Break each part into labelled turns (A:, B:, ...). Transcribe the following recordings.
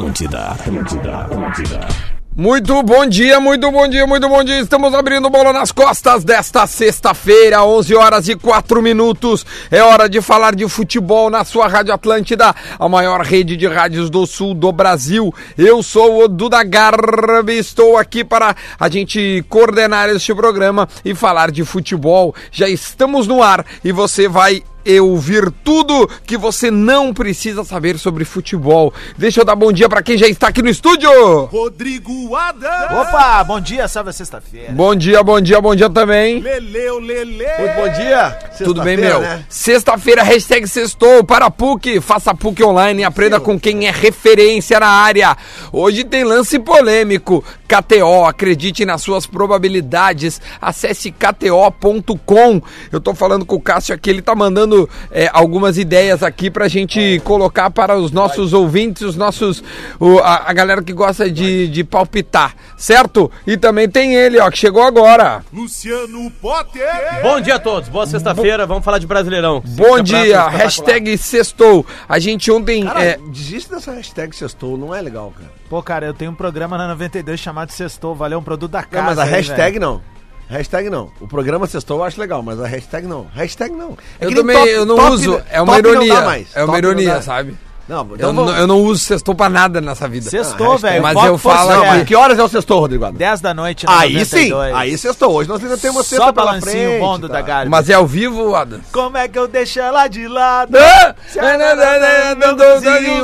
A: Atlântida, Atlântida, Atlântida.
B: Muito bom dia, muito bom dia, muito bom dia. Estamos abrindo bola nas costas desta sexta-feira, 11 horas e 4 minutos. É hora de falar de futebol na sua Rádio Atlântida, a maior rede de rádios do sul do Brasil. Eu sou o Duda Garbi, estou aqui para a gente coordenar este programa e falar de futebol. Já estamos no ar e você vai e ouvir tudo que você não precisa saber sobre futebol. Deixa eu dar bom dia para quem já está aqui no estúdio.
C: Rodrigo Adams.
D: Opa, bom dia, salve a sexta-feira.
B: Bom dia, bom dia, bom dia também.
C: Leleu, Lele.
D: Muito bom dia.
B: Tudo
D: Sexta-feira,
B: bem, meu?
D: né?
B: Sexta-feira, hashtag sextou para a PUC. Faça PUC online e aprenda com quem é referência na área. Hoje tem lance polêmico. KTO, acredite nas suas probabilidades. Acesse kto.com. Eu tô falando com o Cássio aqui, ele tá mandando é, algumas ideias aqui pra gente colocar para os nossos ouvintes, os nossos. o- a, a galera que gosta de, de palpitar, certo? E também tem ele, ó, que chegou agora.
C: Luciano Potter.
E: Bom dia a todos, boa sexta-feira, vamos falar de Brasileirão.
B: Bom
E: Campeonato
B: dia,
E: espetacular.
B: hashtag sextou. A gente ontem.
F: Cara,
B: é,
F: desiste dessa hashtag sextou, não é legal, cara.
D: Pô, cara, eu tenho um programa na 92 chamado Sextou, valeu um produto da
F: Não,
D: casa.
F: mas a
D: aí,
F: hashtag
D: velho.
F: não. Hashtag não. O programa sextou eu acho legal, mas a hashtag não. Hashtag não. É
B: eu
F: que nem
B: também
F: top-
B: eu não
F: top
B: uso.
F: não-
B: É uma
F: top não dá
B: ironia.
F: mais.
B: É
F: Top
B: uma
F: não
B: ironia,
F: dá.
B: sabe?
F: Não,
B: Eu,
F: então vamos-
B: não, eu não uso sextou pra nada nessa vida.
D: Sextou,
F: Ah,
D: velho.
B: mas
D: Voto
B: eu
D: por
B: falo
D: cem.
B: não,
F: Não, mas que horas é o sextou, Rodrigo? Adams?
D: 10 da noite na
F: Aí sim,
D: 92.
F: aí sextou. Hoje nós ainda temos uma
D: Só
F: sexta pela
D: balancinho
F: frente.
D: bom do
F: tá?
D: da Garbi.
B: Mas é ao vivo, Adam?
D: Como é que eu deixo ela de lado?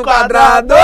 B: quadrado.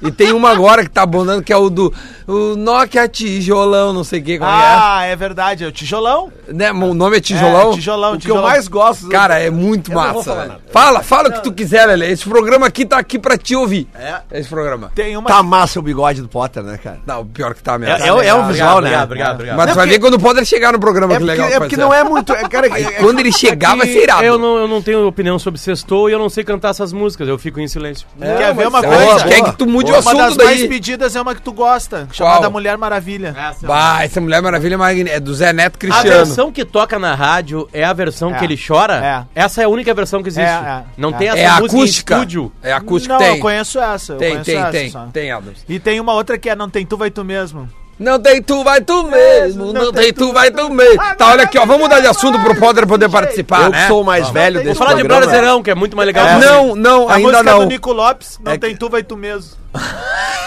B: E tem uma agora que tá abundando, que é o do o Nokia Tijolão, não sei o que, como é
D: Ah, é verdade, é o tijolão.
B: que é. Né? O nome é Tijolão?
D: É, tijolão,
F: O que eu
D: tijolão.
F: mais gosto...
B: Cara, é muito
F: Eu não vou
B: massa.
F: falar
B: velho.
F: nada.
B: Fala, fala o que tu quiser, Lelê. Esse programa aqui tá aqui pra te ouvir. É. Esse programa.
D: Tem uma...
F: Tá massa o bigode do Potter, né, cara?
B: Não, pior que tá
E: É,
B: mesmo.
E: é, o- é o
D: Obrigado,
E: visual, né?
D: obrigado,
E: Obrigado,
D: obrigado.
B: Mas tu vai ver quando o Potter chegar no programa,
F: É
B: que
F: porque,
B: legal.
F: é porque não é muito... é, cara, é- é-
B: Quando ele chegar, vai ser irado.
E: Eu não, eu não tenho opinião sobre sextou e eu não sei cantar essas músicas, eu fico em silêncio.
D: Quer ver uma
F: é
B: Então,
D: coisa?
B: a gente quer que tu mude o
D: Uma das
B: assunto
D: mais
B: daí.
D: pedidas é uma que tu gosta, chamada
B: Qual?
D: Mulher Maravilha.
B: Bah, essa Mulher Maravilha é magn- é do Zé Neto
E: A
B: Cristiano.
E: é versão que toca na rádio é a versão
D: É.
E: que ele chora?
D: É.
E: Essa é a única versão que existe.
D: É, é.
E: Não
D: É.
E: tem essa
B: É a
E: música em
B: acústica.
E: estúdio.
B: É a acústica,
D: não,
B: tem.
D: eu conheço essa. Eu
B: Tem,
D: conheço
B: tem,
D: essa
B: tem.
D: só.
B: Tem, Adams.
D: E tem uma outra que é Não Tem Tu, Vai Tu Mesmo.
B: Não tem tu, vai tu mesmo. Não tem tu, vai tu mesmo. Tá, olha aqui, ó. Vamos mudar de assunto pro Potter poder participar,
F: Eu
B: né?
F: que sou o mais velho
D: tem
F: desse
E: Falar de
F: programa.
E: Brasileirão, que é muito mais legal.
D: É.
B: Não, não,
D: a
B: ainda
D: música
B: não.
D: do Nico Lopes, Não
F: É
D: Tem
F: que-
D: Tu, Vai Tu Mesmo.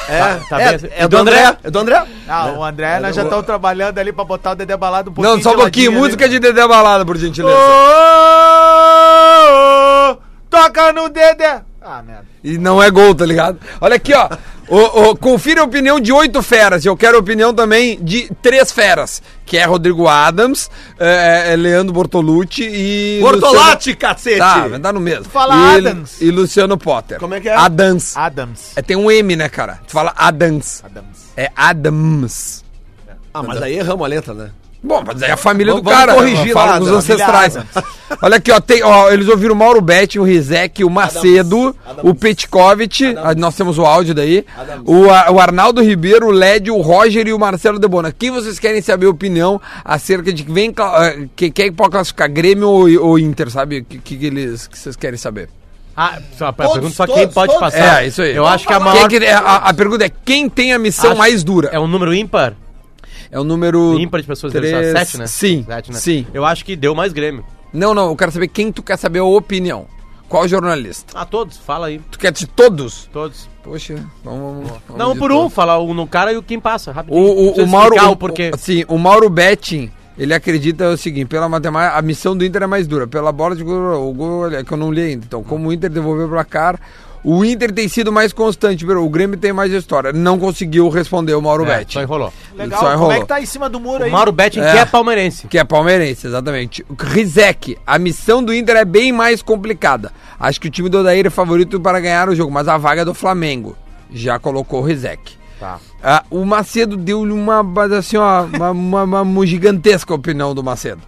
F: É,
E: tá
F: é,
E: bem.
F: é do André. É do André.
D: Ah, o André, nós já estamos trabalhando ali pra botar o Dedé Balado um
B: Não, só um
D: de
B: pouquinho.
D: ladinho
B: Música
D: ali.
B: de Dedé Balada, por gentileza.
D: Ô, Toca no Dedé! Ah, merda.
B: E não é gol, tá ligado? Olha aqui, ó. O, o- confira a opinião de oito feras. E eu quero a opinião também de três feras. Que é Rodrigo Adams, é, é, Leandro Bortolucci e...
F: Bortolatti, cacete!
B: Luciano... Tá, dá no mesmo.
D: Fala
B: e,
D: Adams.
B: E Luciano Potter.
F: Como é que é?
B: Adams.
D: Adams.
B: É, tem um M, né, cara? Tu fala Adams.
D: Adams.
B: É Adams.
F: Ah, mas aí erramos a letra, né?
B: Bom, mas é a família
F: Vamos-
B: do cara.
F: vamos corrigir
B: fala
F: lá,
B: dos
F: Adams.
B: ancestrais.
D: Família
B: Olha aqui, ó, tem, ó, eles ouviram o Mauro Betti, o Rizek, o Macedo, o Petkovic, ah, nós temos o áudio daí, o, A- o Arnaldo Ribeiro, o Led, o Roger e o Marcelo Debona. Quem vocês querem saber a opinião acerca de quem, cla- eh, que- quem pode classificar, Grêmio ou, ou Inter, sabe? O que, que, que eles, que vocês querem saber?
E: Ah, só,
F: Todos,
E: pergunta só quem
F: todos,
E: pode
F: todos.
E: passar.
B: É, isso aí.
E: Eu acho que a
B: Quem
E: maior...
B: que- é, a, a pergunta é quem tem a missão
E: Acho-
B: mais dura?
E: É um número ímpar?
B: É o número...
E: ímpar de pessoas,
B: três...
E: deve ser sete, né?
B: Sim,
E: Sete, né?
B: sim.
E: Eu acho que deu mais Grêmio.
B: Não, não, eu quero saber quem tu quer saber a opinião. Qual jornalista?
E: Ah, todos, fala aí,
B: Tu quer de todos?
E: todos.
B: Poxa, vamos. vamos- vamos
E: Não, um
B: de
E: por um,
B: todos.
E: fala um no cara e o quem passa, rapidinho. Não
B: O, o,
E: precisa
B: o Mauro.
E: explicar
B: O,
E: o porquê.
B: o- Sim, o Mauro Betting, ele acredita o seguinte: pela matemática, a missão do Inter é mais dura. Pela bola de gol, o gol é que eu não li ainda. Então, como o Inter devolveu o placar. O Inter tem sido mais constante, Biro, o Grêmio tem mais história. Não conseguiu responder o Mauro
E: É,
B: Betti.
E: só enrolou.
D: Legal,
B: Só
D: como
B: enrolou.
D: é que tá em cima do muro
E: O
D: aí?
E: Mauro Betting
B: É.
E: que é palmeirense.
B: Que é palmeirense, exatamente. O Rizek, a missão do Inter é bem mais complicada. Acho que o time do Odair é favorito para ganhar o jogo, mas a vaga é do Flamengo. Já colocou o Rizek.
E: Tá.
B: Ah, o Macedo deu-lhe uma, mas assim, ó, uma, uma- uma- uma gigantesca opinião do Macedo.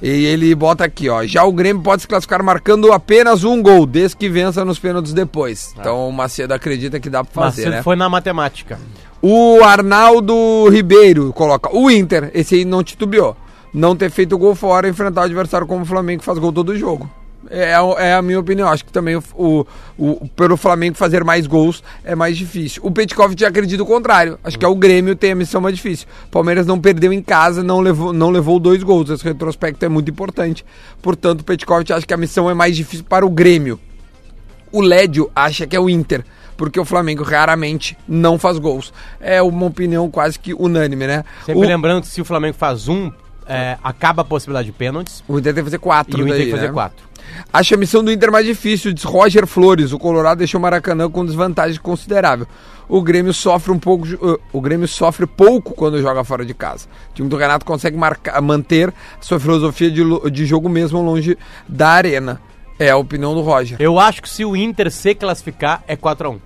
B: E ele bota aqui, ó. Já o Grêmio pode se classificar marcando apenas um gol, desde que vença nos pênaltis depois. Então o Macedo acredita que dá pra
E: Mas
B: fazer, né?
E: foi na matemática.
B: O Arnaldo Ribeiro coloca. O Inter, esse aí não titubeou. Não ter feito gol fora, enfrentar o adversário como o Flamengo que faz gol todo jogo. É, o- é a minha opinião. Acho que também o, o, o- pelo Flamengo fazer mais gols é mais difícil. O Petkovic já acredita o contrário. Acho que é o Grêmio tem a missão mais difícil. O Palmeiras não perdeu em casa, não levou, não levou dois gols. Esse retrospecto é muito importante. Portanto, o Petkovic acha que a missão é mais difícil para o Grêmio. O Lédio acha que é o Inter, porque o Flamengo raramente não faz gols. É uma opinião quase que unânime, né?
G: Sempre
B: o,
G: lembrando que se o Flamengo faz um, é, acaba a possibilidade de pênaltis.
B: o Inter tem que fazer
G: E
B: quatro.
G: o Inter tem
B: daí,
G: que fazer
B: né?
G: quatro.
B: Acho a missão do Inter é mais difícil, diz Roger Flores. O Colorado deixou o Maracanã com desvantagem considerável. O Grêmio sofre um pouco, de- uh, o Grêmio sofre pouco quando joga fora de casa. O time do Renato consegue marcar- manter sua filosofia de, lo- de jogo mesmo longe da arena. É a opinião do Roger.
G: Eu acho que se o Inter se classificar, é 4x1.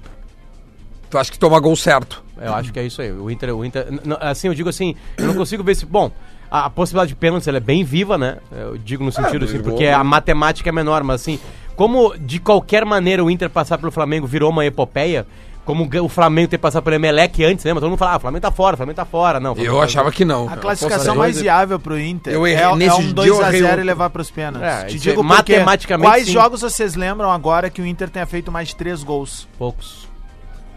B: Tu acha que toma gol certo?
G: Eu acho que é isso aí. O Inter, o Inter. n- n- Assim, eu digo assim, eu não consigo ver se. Bom, a, a possibilidade de pênalti ela é bem viva, né? Eu digo no sentido assim, porque a matemática é menor, mas assim, como de qualquer maneira o Inter passar pelo Flamengo virou uma epopeia, como o G- o Flamengo ter passado pelo Emelec antes, lembra? Todo mundo falava, ah, o Flamengo tá fora, o Flamengo tá fora. Não, o Flamengo
B: Eu
G: tá-
B: achava que não.
D: A classificação mais viável pro Inter
B: Eu errei.
D: é, é
B: Nesse
D: um
B: dia eu errei
D: 2x0
B: um.
D: e levar pros pênaltis.
G: É,
D: Te
G: isso é-
D: digo porque
G: matematicamente,
D: Quais
G: sim.
D: jogos vocês lembram agora que o Inter tenha feito mais de 3 gols?
G: poucos.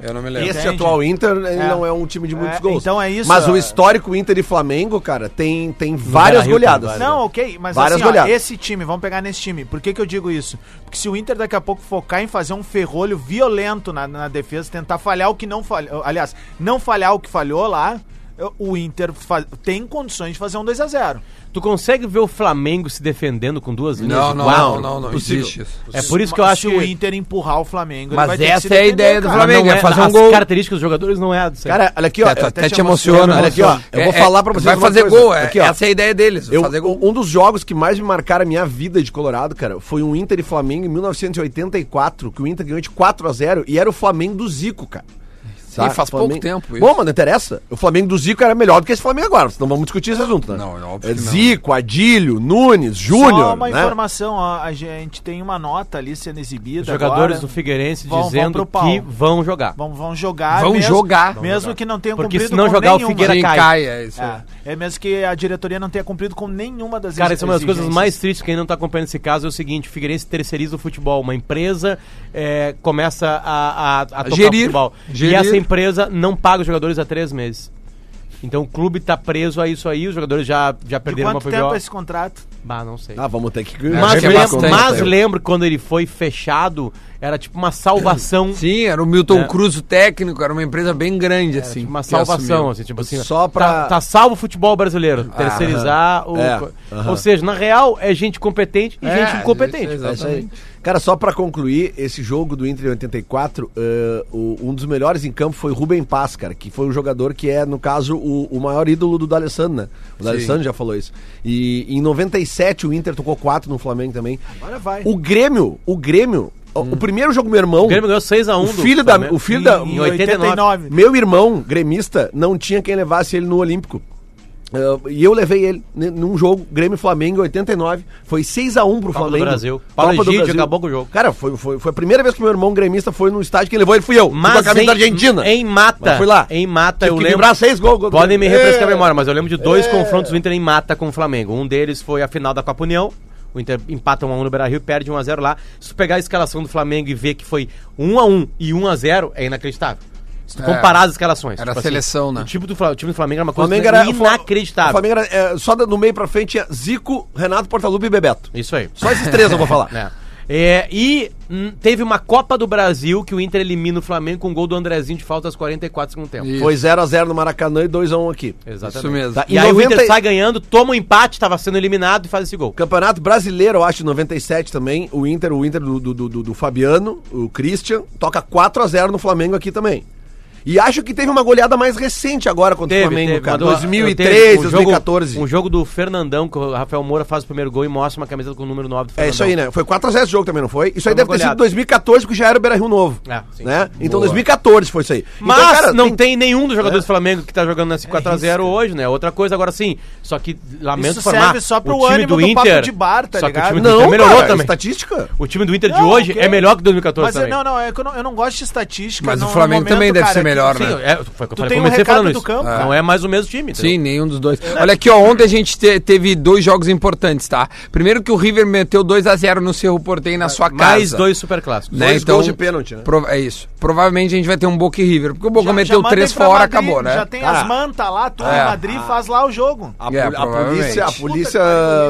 B: Eu não me lembro.
F: Esse
D: Entende?
F: atual Inter ele
D: É.
F: não é um time de muitos
D: É,
F: gols.
D: então é isso,
F: Mas
D: é.
F: o histórico Inter e Flamengo, cara, tem, tem várias
G: Beira-Rio
F: goleadas.
G: tem várias.
D: Não, ok, mas
F: Várias
D: assim, ó,
F: goleadas.
D: esse time, vamos pegar nesse time. Por que, que eu digo isso? Porque se o Inter daqui a pouco focar em fazer um ferrolho violento na, na defesa, tentar falhar o que não falhou. Aliás, não falhar o que falhou lá, o Inter fa- tem condições de fazer um 2x0.
G: Tu consegue ver o Flamengo se defendendo com duas linhas?
B: Não,
G: de
B: não,
G: quatro?
B: não, não, não
G: Possível.
B: existe isso.
G: É por isso que eu acho
D: Se
G: que.
D: o Inter empurrar o Flamengo,
B: Mas
D: ter que se
B: essa é a
D: defender,
B: ideia do
D: cara.
G: Ela não
B: Flamengo, é fazer um
G: as
B: gol.
G: características dos jogadores não é a do Sérgio.
F: Cara, olha aqui, ó.
B: até, até
D: até
B: te
D: te É,
B: emociona.
F: emociona. Olha aqui, ó, eu vou falar pra vocês
B: Vai
F: uma
B: fazer
F: coisa.
B: gol, é,
F: Aqui, ó.
B: essa é a ideia deles.
F: Eu-
B: fazer gol.
F: um dos jogos que mais me marcaram a minha vida de Colorado, cara, foi um Inter e Flamengo em 1984, que o Inter ganhou de 4 a 0 e era o Flamengo do Zico, cara. Sim,
B: faz pouco tempo isso.
F: Bom, mas não interessa. O Flamengo do Zico era melhor do que esse Flamengo agora. Não vamos discutir esse assunto, né?
B: Não, é óbvio que não.
F: Zico, Adílio, Nunes, Júnior.
D: Só uma
F: né?
D: informação, ó, a gente tem uma nota ali sendo exibida.
G: Os jogadores
D: agora.
G: do Figueirense
D: vão- vão
G: dizendo
D: pro pau.
G: que vão jogar.
D: vão, vão jogar.
B: Vão jogar.
D: Mesmo que não tenham
G: Porque se não
D: com
G: jogar, o
D: nenhuma.
G: Figueira
B: Sim,
G: cai.
B: cai, é isso. aí.
D: É, é mesmo que a diretoria não tenha cumprido com nenhuma das
G: Cara, isso é uma das coisas
D: exigências.
G: mais tristes. Quem não tá acompanhando esse caso é o seguinte: o Figueirense terceiriza o futebol. Uma empresa eh, começa a, a, a tocar
B: Gerir.
G: o futebol.
B: Gerir.
G: E essa empresa não paga os jogadores há três meses. Então o clube tá preso a isso aí. Os jogadores já, já
D: De
G: perderam uma
D: quanto tempo
G: PBO.
D: esse contrato?
G: Bah, não sei.
F: Ah, vamos ter que.
G: Mas,
B: é
G: lembro,
B: bastante,
G: mas
B: né?
G: lembro que quando ele foi fechado, era tipo uma salvação.
B: Sim, era o Milton
G: É.
B: Cruz o técnico, era uma empresa bem grande, assim.
G: Tipo, uma
B: que
G: salvação,
B: assumiu.
G: assim, tipo assim.
F: Só pra- Ah,
G: Tá, tá salvo o futebol brasileiro. terceirizar o.
F: É,
G: Ou seja, na real, é gente competente e
B: É,
G: gente incompetente.
B: isso,
F: É isso
B: exatamente.
F: aí. Cara, só pra concluir, esse jogo do Inter em 84, eh, o- um dos melhores em campo foi Rubem Paz, cara, que foi um jogador que é, no caso, o, o maior ídolo do D'Alessandro, né? O D'Alessandro já falou isso. E em 97 o Inter tocou 4 no Flamengo também.
D: Agora vai.
F: O Grêmio, o Grêmio, o- o primeiro jogo do meu irmão,
G: Hum. O Grêmio ganhou 6x1.
F: o filho da, o filho da,
G: Em 89.
F: meu irmão, gremista, não tinha quem levasse ele no Olímpico. Eh, e eu levei ele né, num jogo Grêmio e Flamengo em 89. Foi 6x1 pro
G: Copa do
F: Flamengo.
G: Brasil. Paulo
F: Copa do
G: Egídio
F: Brasil.
G: acabou com o jogo.
F: Cara, foi, foi, foi a primeira vez que meu irmão gremista foi no estádio que levou ele, fui eu.
G: Mas
F: com Tipo a camisa
G: em,
F: da Argentina.
G: Em Mata.
F: Mas fui lá.
G: Em Mata,
F: Tive
G: eu
F: que
G: lembro.
F: vibrar seis gols. contra o
G: Podem me
F: Grêmio.
G: refrescar a
F: É.
G: memória, mas eu lembro de dois confrontos do Inter em mata com o Flamengo. Um deles foi a final da Copa União. O Inter empata 1x1 no Beira-Rio, perde 1x0 lá. Se tu pegar a escalação do Flamengo e ver que foi 1x1 e 1x0, é inacreditável. Se tu
B: É.
G: comparar as escalações. tipo assim,
B: Era a seleção, né?
G: O time do, Fla- o time do Flamengo era uma
F: O
G: coisa
F: Flamengo era
G: inacreditável.
F: O Flamengo era, eh, só da- no meio pra frente tinha Zico, Renato Portaluppi e Bebeto.
G: Isso aí.
F: Só esses três eu vou falar.
G: É. É, e hum, teve uma Copa do Brasil que o Inter elimina o Flamengo com um gol do Andrezinho de falta aos 44 segundos tempo.
B: Isso.
F: Foi 0x0 no Maracanã e 2x1 aqui.
G: Exatamente.
B: Isso mesmo.
F: Tá,
G: E
F: Em
G: aí o
F: 90
G: Inter sai ganhando, toma um empate, tava sendo eliminado e faz esse gol.
F: Campeonato Brasileiro, eu acho, em 97 também. O Inter, o Inter do, do, do- do Fabiano, o Christian, toca 4x0 no Flamengo aqui também. E acho que teve uma goleada mais recente agora contra o Flamengo, cara.
G: mandou-
F: 2003,
G: teve um jogo-
F: 2014.
G: um jogo do Fernandão, que o Rafael Moura faz o primeiro gol e mostra uma camiseta com o número 9 do
F: É
G: Fernandão.
F: isso aí, né? Foi 4x0 esse jogo também, não foi? Isso
G: Foi
F: aí
G: uma
F: deve ter
G: goleada.
F: sido 2014, porque já era o Beira-Rio Novo.
G: É, sim.
F: né? Então 2014 foi isso aí.
G: Mas
F: então, cara,
G: não tem, nenhum dos jogadores do Flamengo que tá jogando nesse 4x0 hoje, né? Outra coisa, agora sim. Só que, lamento
D: Isso serve só pro ânimo do papo de bar, tá
G: só
D: ligado?
G: Que o time do
F: Não,
G: Inter melhorou
F: Então, cara, tá-
G: também.
F: estatística.
G: O time do Inter de
D: Não,
G: hoje
D: ok.
G: é melhor que o 2014
D: Mas é-
G: também.
D: não, não, é que eu não, eu não gosto de estatística.
B: Mas
D: não-
B: o Flamengo
D: no momento,
B: também deve
D: cara,
B: ser
D: que
B: melhor,
G: Sim,
B: né?
G: é, foi o que eu
D: Tu
G: falei,
D: tem um
G: comecei
D: recado
G: falando
D: do
G: isso.
D: campo.
G: Não é mais o mesmo time. entendeu?
B: Sim, nenhum dos dois. Olha aqui, ó, ontem a gente te- teve dois jogos importantes, tá? Primeiro que o River meteu 2 a 0 no Cerro Porteño na sua casa.
G: Mais dois superclássicos.
B: né?
F: Dois
B: então,
F: gols de pênalti, né?
B: prova- é isso. Provavelmente a gente vai ter um Boca e River, porque o Boca
D: Já- já
B: meteu
D: mandem
B: três
D: pra
B: fora,
D: Madrid,
B: acabou, né?
D: Já tem
F: Cara,
D: as mantas lá, tudo
B: é.
D: em Madrid faz lá o jogo.
F: A,
B: É,
F: poli- a polícia, a
B: provavelmente.
F: polícia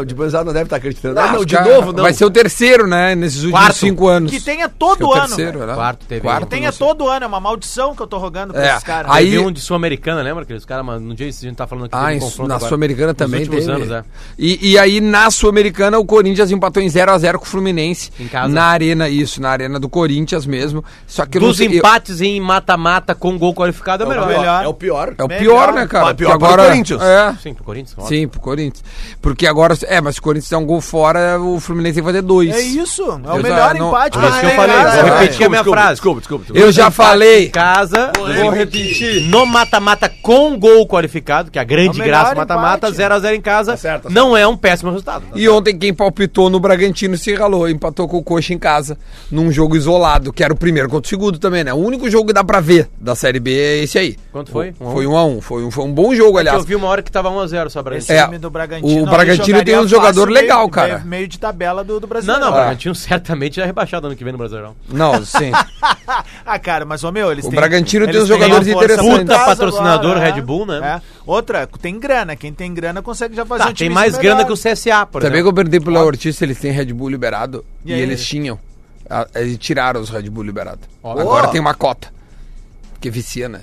F: de Buenos Aires não deve estar acreditando. Ah, não,
B: Os
F: de
B: cara-
F: novo, não.
B: Vai ser o terceiro, né? Nesses últimos
G: Quarto.
B: cinco anos.
D: Que tenha
B: Acho que é o
D: todo ano.
B: terceiro,
D: velho.
B: né?
G: Quarto teve
B: Quarto,
G: um.
D: Tenha
B: não sei.
D: todo ano, é uma maldição que eu tô rogando pra
B: É,
D: esses caras.
B: aí-
G: Teve um de Sul-Americana, lembra? Aqueles caras, mas no dia que a gente tá falando aqui
B: Ah,
G: teve
B: em-
G: confronto
B: na
G: agora.
B: Sul-Americana
G: Nos
B: também
G: últimos
B: teve.
G: anos, é.
B: e, e aí, na Sul-Americana, o Corinthians empatou em 0x0 com o Fluminense.
G: Em casa.
B: Na arena, isso, na arena do Corinthians mesmo. Só que eu
G: Dos
B: não sei- eu-
G: empates em mata-mata com gol qualificado é o melhor.
D: melhor.
F: É o pior.
B: É o
D: Melhor.
B: pior, né, cara?
F: Ah, pior
B: Porque
F: para o Corinthians.
B: É.
G: Sim, pro Corinthians. óbvio.
B: Sim, pro Corinthians. Porque agora. É, mas se o Corinthians der um gol fora, o Fluminense tem que fazer dois.
D: É isso, é o
B: Eu
D: melhor
B: já não-
D: empate
G: Por isso que eu
D: tem
G: falei,
D: em
G: vou
D: casa,
G: repetir
F: é
D: velho.
G: a minha frase.
F: Desculpa, desculpa. desculpa.
B: Eu já
G: Em
B: falei.
G: casa, vou repetir. No mata-mata com gol qualificado, que é a grande
D: É o
G: graça
D: melhor
G: do mata-mata,
D: empate.
G: 0x0 em casa,
F: certo, tá
G: não é um péssimo resultado.
B: E ontem quem palpitou no Bragantino se ralou, empatou com o Coxa em casa, num jogo isolado, que era o primeiro contra o segundo também, né? O único jogo que dá pra ver da Série B é esse aí.
G: Quanto foi?
B: O- Foi um a um. Foi um, foi um bom jogo, aliás.
G: Eu vi uma hora É que tava 1x0 só pra
D: Esse
B: É,
D: time do Bragantino.
B: o
D: ali
B: Bragantino
D: jogaria
B: tem um jogador
D: fácil,
B: legal,
D: meio-
B: cara.
D: Meio, meio de tabela do, do
G: Não,
D: Brasileirão.
G: não, o
B: Ah.
G: Bragantino certamente é rebaixado ano que vem no Brasileirão.
B: Não, sim.
D: Ah, cara, mas, ô meu, eles
B: O
D: têm-
B: Bragantino tem
D: eles
B: uns
D: têm
B: jogadores
D: uma força
B: interessantes.
D: por trás
G: Puta patrocinador
D: agora,
G: Red Bull,
D: É.
G: né?
D: Outra, tem grana. Quem tem grana consegue já fazer
B: é
G: Tá,
D: um
G: tem
D: timezinho
G: mais
D: melhor.
G: grana que o CSA, por
B: Sabia que
G: exemplo.
B: eu perdi pro Léo Ortiz, eles têm Red Bull liberado
D: E
B: e,
D: aí?
B: eles tinham. A- Eles tiraram os Red Bull liberado. Agora tem uma cota. Porque vicia, né?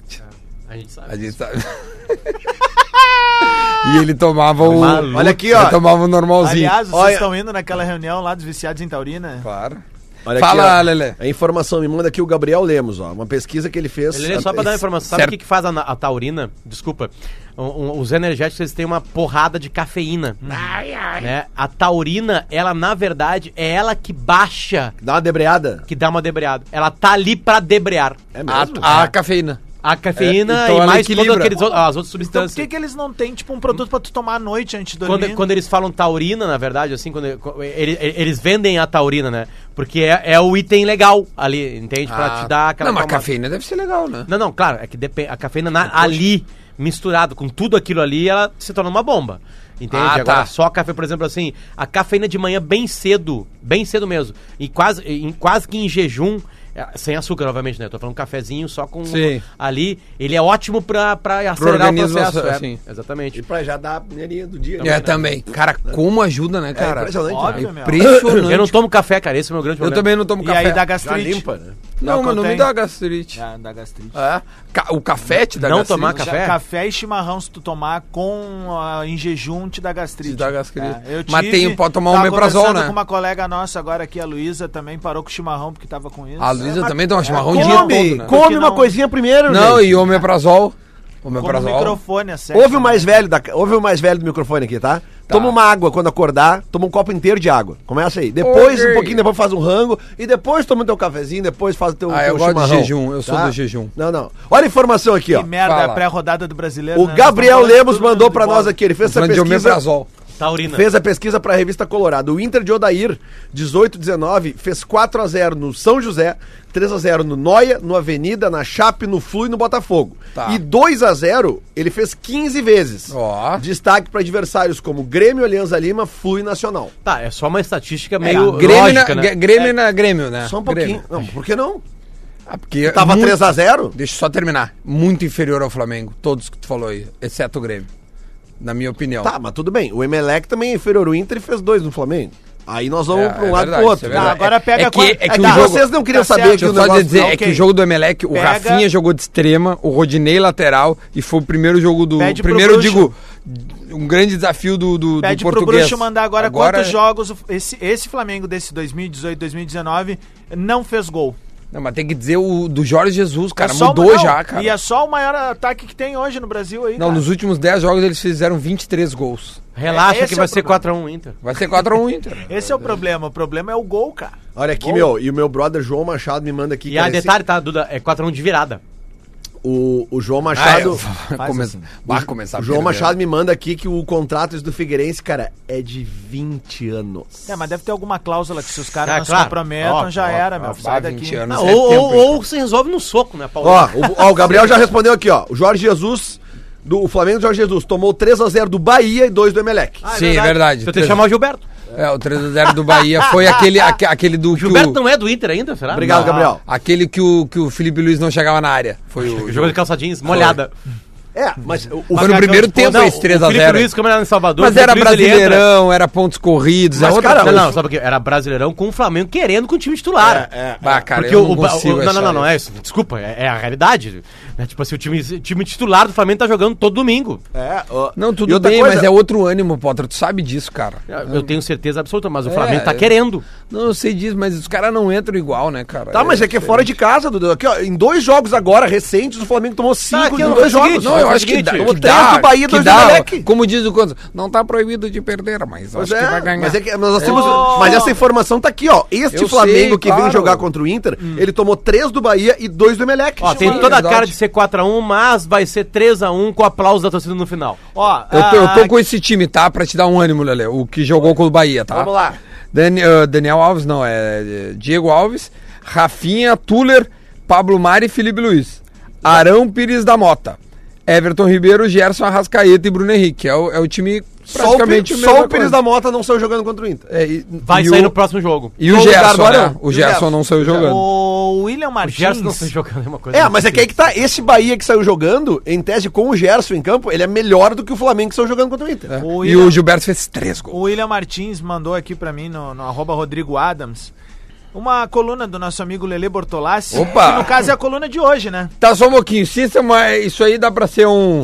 G: A gente sabe.
B: A gente sabe. e ele tomava o.
G: Tá Maluco.
F: Olha aqui,
B: Ele
F: ó.
B: tomava o normalzinho.
D: Aliás, vocês
F: Olha-
D: estão indo naquela reunião lá dos viciados em Taurina?
B: Claro.
F: Olha
B: Fala,
F: ó.
B: Lelê.
F: A informação me manda aqui o Gabriel Lemos, ó. Uma pesquisa que ele fez.
G: Ele é só pra dar uma informação. Sabe o
B: Certo.
G: que, que faz a, na- a taurina? Desculpa. O- o- os energéticos, eles têm uma porrada de cafeína. Né? A taurina, ela, na verdade, é ela que baixa,
F: Dá uma debreada.
G: que dá uma debreada. Ela tá ali pra debrear.
F: É
B: A, a cafeína.
G: A cafeína
B: É, então
G: e
B: ela
G: mais todas
B: equilibra.
G: aqueles, o- as outras
D: Então por
G: substâncias.
D: que, que eles não têm, tipo, um produto pra tu tomar à noite antes de dormir?
G: Quando, é- quando eles falam taurina, na verdade, assim, quando quando- ele- ele- eles vendem a taurina, né? Porque é, é o item legal ali, entende? Pra
B: Ah,
G: te dar aquela.
B: Não, mas
G: calma-
B: cafeína deve ser legal, né?
G: Não, não, claro, é que depende. A cafeína na- ali, misturado com tudo aquilo ali, ela se torna uma bomba. Entende?
B: Ah,
G: Agora,
B: tá.
G: só café, por exemplo, assim, a cafeína de manhã bem cedo, bem cedo mesmo, e quase, em, quase que em jejum, é, sem açúcar, obviamente, né? Eu tô falando um cafezinho só com
B: Sim.
G: ali, ele é ótimo pra, pra acelerar o
B: organismo,
G: processo. é.
B: assim.
G: Exatamente.
F: E pra já dar a peneirinha do dia. né?
G: né?
B: É, também. Cara, como ajuda, né, cara?
G: é-
F: impressionante, né?
D: Óbvio, meu.
B: Impressionante.
G: Eu não tomo café, cara, esse é o meu grande
B: Eu
G: problema.
B: também não tomo
D: E
B: um café.
D: aí dá
F: Já
D: gastrite.
F: limpa, né?
B: Não,
D: Não,
B: mas não me
D: contém.
B: dá gastrite.
D: Ah, dá gastrite.
B: É. Ca- O café te dá
G: Não
B: gastrite.
G: tomar
D: Já
G: Café?
D: Café e chimarrão, se tu tomar com ah, em jejum, te dá gastrite.
B: Te dá gastrite.
D: É, eu
B: Mas
D: tive-
B: tem- pode tomar um
D: tava
B: omeprazol,
D: conversando
B: né?
D: com uma colega nossa agora aqui, a Luísa, também parou com chimarrão porque tava com isso.
B: A Luísa
D: É, mas
B: também toma chimarrão o dia
F: Come,
B: todo, né?
D: Porque
F: come uma
D: não-
F: coisinha primeiro,
B: Não,
F: gente.
B: e omeprazol.
D: Como o
B: Omeprazol.
D: microfone, é sério.
F: Ouve o mais velho da, ouve o mais velho do microfone aqui, tá? Toma uma água quando acordar, toma um copo inteiro de água. Começa aí. Depois,
B: Ok.
F: um pouquinho, depois faz um rango e depois toma o teu cafezinho, depois faz o teu,
B: Ah,
F: teu tá?
B: eu gosto de jejum, eu sou do jejum.
F: Não, não. Olha a informação aqui, ó.
D: Que merda,
B: Fala.
D: a pré-rodada do brasileiro.
F: O
D: né?
F: Gabriel
D: Nós estamos
F: Lemos
D: falando
F: mandou
D: tudo
F: pra
D: igual.
F: nós aqui, ele fez essa
B: Falando de
F: pesquisa.
B: omeprazol.
G: Taurina.
F: Fez a pesquisa para a revista Colorado. O Inter de Odair, 18-19, fez 4x0 no São José, 3x0 no Noia, no Avenida, na Chape, no Flu e no Botafogo.
B: Tá.
F: E 2x0 ele fez 15 vezes.
B: Ó.
F: Destaque para adversários como Grêmio, Alianza Lima, Flu e Nacional.
G: Tá, é só uma estatística
B: É,
G: meio
B: Grêmio,
G: lógica,
B: na,
G: né?
B: Gr- Grêmio na Grêmio, né?
F: Só um pouquinho.
B: Grêmio.
F: Não, por que não?
B: Ah, porque
F: Tava
B: muito-
F: 3x0?
B: Deixa eu só terminar. Muito inferior ao Flamengo, todos que tu falou aí, exceto o Grêmio. Na minha opinião.
F: Tá, mas tudo bem. O Emelec também é inferior ao Inter e fez dois no Flamengo. Aí nós vamos
B: É,
F: para um
B: é
F: lado e
B: verdade,
F: pro outro.
B: isso é
D: Tá,
B: verdade.
D: agora pega
B: é que-
D: quando-
B: é que o
D: tá,
B: jogo-
F: Vocês não queriam
D: tá
F: saber
D: certo.
F: que
B: Deixa
F: o
B: eu só
F: negócio...
B: dizer,
D: Não,
B: é
D: ok.
B: que o jogo do Emelec, o
D: Pega-
B: Rafinha jogou de extrema, o Rodinei lateral, e foi o primeiro jogo do.
D: Pede pro
B: primeiro, eu
D: Bruxo.
B: digo, um grande desafio do, do, do
D: Pede pro
B: português.
D: Bruxo mandar agora, quantos
B: é-
D: jogos o- esse, esse Flamengo desse 2018, 2019 não fez gol.
B: Não, mas tem que dizer o do Jorge Jesus, cara.
D: É só o
B: mudou
D: maior-
B: já, cara.
D: E é só o maior ataque que tem hoje no Brasil aí,
B: Não,
D: cara.
B: nos últimos 10 jogos eles fizeram 23 gols.
G: Relaxa
D: Esse
G: que
D: é
G: vai
D: o
G: ser
D: problema.
G: 4x1 Inter.
B: Vai ser 4x1 Inter.
D: Esse é o problema, o problema é o gol, cara.
F: Olha aqui, meu. E o meu brother João Machado me manda aqui.
G: E
F: cara,
G: a
F: esse-
G: detalhe, tá, Duda? É 4x1 de virada.
F: O, o
B: Ah,
F: João Machado.
B: Come-
D: assim.
B: Vai começar
F: o João
B: perder.
F: Machado me manda aqui que o contrato do Figueirense, cara, é de 20 anos.
D: É, mas deve ter alguma cláusula que se os caras
G: Ah,
D: não se
G: claro.
D: comprometam,
G: Óbvio,
D: já
G: óbvio,
D: era, meu.
B: óbvio.
D: Sai
B: Ah,
D: daqui.
B: 20 anos.
G: Não,
B: é
G: ou,
B: tempo,
G: ou-
B: então.
G: ou se resolve no soco, né, Paulo?
F: Ó, o, ó, o Gabriel já respondeu aqui, ó. O Jorge Jesus, do o Flamengo Jorge Jesus, tomou 3x0 do Bahia e 2 do Emelec.
D: Ah,
B: Sim, é verdade.
G: Se eu te chamar o Gilberto.
B: É, o 3x0 do Bahia foi aquele, aque- aquele do que
G: Gilberto
B: o,
G: não é do Inter ainda, será?
F: Obrigado,
B: Ah.
F: Gabriel.
B: aquele que o, que o Felipe Luiz não chegava na área. Foi o
G: Jogou de calça jeans, molhada.
F: É, mas o, o-
B: Mas no primeiro tempo
G: Não,
B: esse 3
G: o
B: a
G: Felipe
B: 0.
G: Luiz, como era em Salvador,
B: Mas
G: o
B: era
G: Felipe Luiz, ele entra-
B: brasileirão, era pontos corridos, é
F: Mas,
B: outra
F: cara,
B: coisa.
G: Não, não, sabe o que? Era brasileirão com o Flamengo querendo com o time titular. É, é.
B: Bah, cara,
G: Porque
B: eu
G: o,
B: não
G: o- ba-
B: consigo
G: o- não,
B: achar
G: não, não, não
B: isso.
G: é isso. Desculpa, é, é a realidade. né? Tipo assim, o time, o time titular do Flamengo tá jogando todo domingo.
F: é, ó,
B: Não,
F: e
B: tudo
F: outra
B: bem,
F: coisa-
B: mas é outro ânimo, Potter. Tu sabe disso, cara.
G: Eu tenho certeza absoluta, mas o
B: É,
G: Flamengo tá
B: eu-
G: querendo.
B: Não, eu sei disso, mas os caras não entram igual, né, cara?
F: Tá, mas é que é fora de casa, Dudu. Aqui, ó, em dois jogos agora, recentes, o Flamengo tomou cinco
G: aqui,
F: em
G: ó,
F: dois
G: é o
F: jogos.
G: seguinte,
B: Não, eu
G: Mas
B: acho que
G: seguinte,
B: dá.
F: tomou
B: que
F: três
B: dá,
F: do Bahia,
B: que
F: dois do
B: dá.
F: Emelec.
B: Como diz o Conto, não tá proibido de perder, mas
F: Mas
B: acho que vai
F: é,
B: ganhar.
F: mas, é que, mas, nós temos- mas essa informação tá aqui, ó. Este
B: Eu
F: Flamengo
B: sei,
F: que vem
B: claro.
F: jogar contra o Inter, ele tomou três do Bahia e dois do Emelec.
G: Ó, tem
B: é
G: toda a
B: verdade.
G: cara de ser 4x1, mas vai ser 3x1 com aplauso da torcida no final.
D: Ó,
B: Eu tô, eu tô
D: ah,
B: com esse time, tá? Pra te dar um ânimo, Lele. O que jogou com o Bahia, tá?
F: Vamos lá.
B: Dani- ah, Daniel Alves, não, é é Diego Alves, Rafinha, Tuller, Pablo Mari e Felipe Luiz. Arão Pires da Mota. Everton Ribeiro, Gerson Arrascaeta e Bruno Henrique. É o, é o time
F: Só o, Pi-
B: praticamente
F: só o Pires da Mota não saiu jogando contra o Inter.
G: Vai sair no próximo jogo.
B: E o
F: Gol do
B: Gerson,
F: Arão.
B: né?
F: E
B: O
F: o
B: Gerson
F: Gerson.
B: não saiu jogando.
D: O William
G: O Gerson não
D: Martins.
G: tá jogando é uma coisa.
F: É, mas é que aí que tá. Esse Bahia que saiu jogando, em tese com o Gerson em campo, ele é melhor do que o Flamengo que saiu jogando contra o Inter.
B: né?
D: o
B: E
D: William-
B: o Gilberto fez três gols.
D: O William Martins mandou aqui pra mim no, no arroba Rodrigo Adams uma coluna do nosso amigo Lele Bortolassi.
B: Opa!
D: Que no caso é a coluna de hoje, né?
B: Tá só um pouquinho. Se isso, é uma- isso aí dá pra ser um.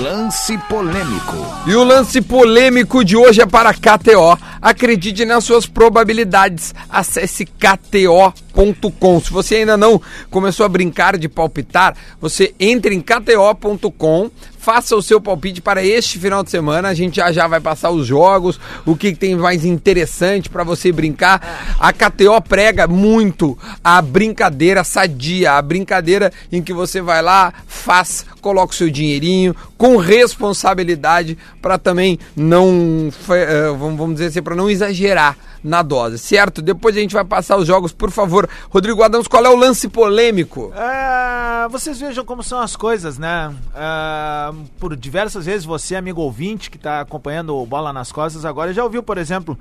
C: Lance polêmico.
B: E o lance polêmico de hoje é para a KTO. Acredite nas suas probabilidades. Acesse kto.com. Se você ainda não começou a brincar de palpitar, você entre em kto.com, faça o seu palpite para este final de semana. A gente já já vai passar os jogos, o que que tem mais interessante para você brincar. A KTO prega muito a brincadeira sadia, a brincadeira em que você vai lá, faz coloca o seu dinheirinho com responsabilidade para também não, fe- eh, vamos vamos dizer assim, para não exagerar na dose, certo? Depois a gente vai passar os jogos, por favor. Rodrigo Adams, qual é o lance polêmico?
D: Ah, vocês vejam como são as coisas, né? Ah, por diversas vezes, você, amigo ouvinte, que tá acompanhando o Bola nas Costas agora, já ouviu, por exemplo,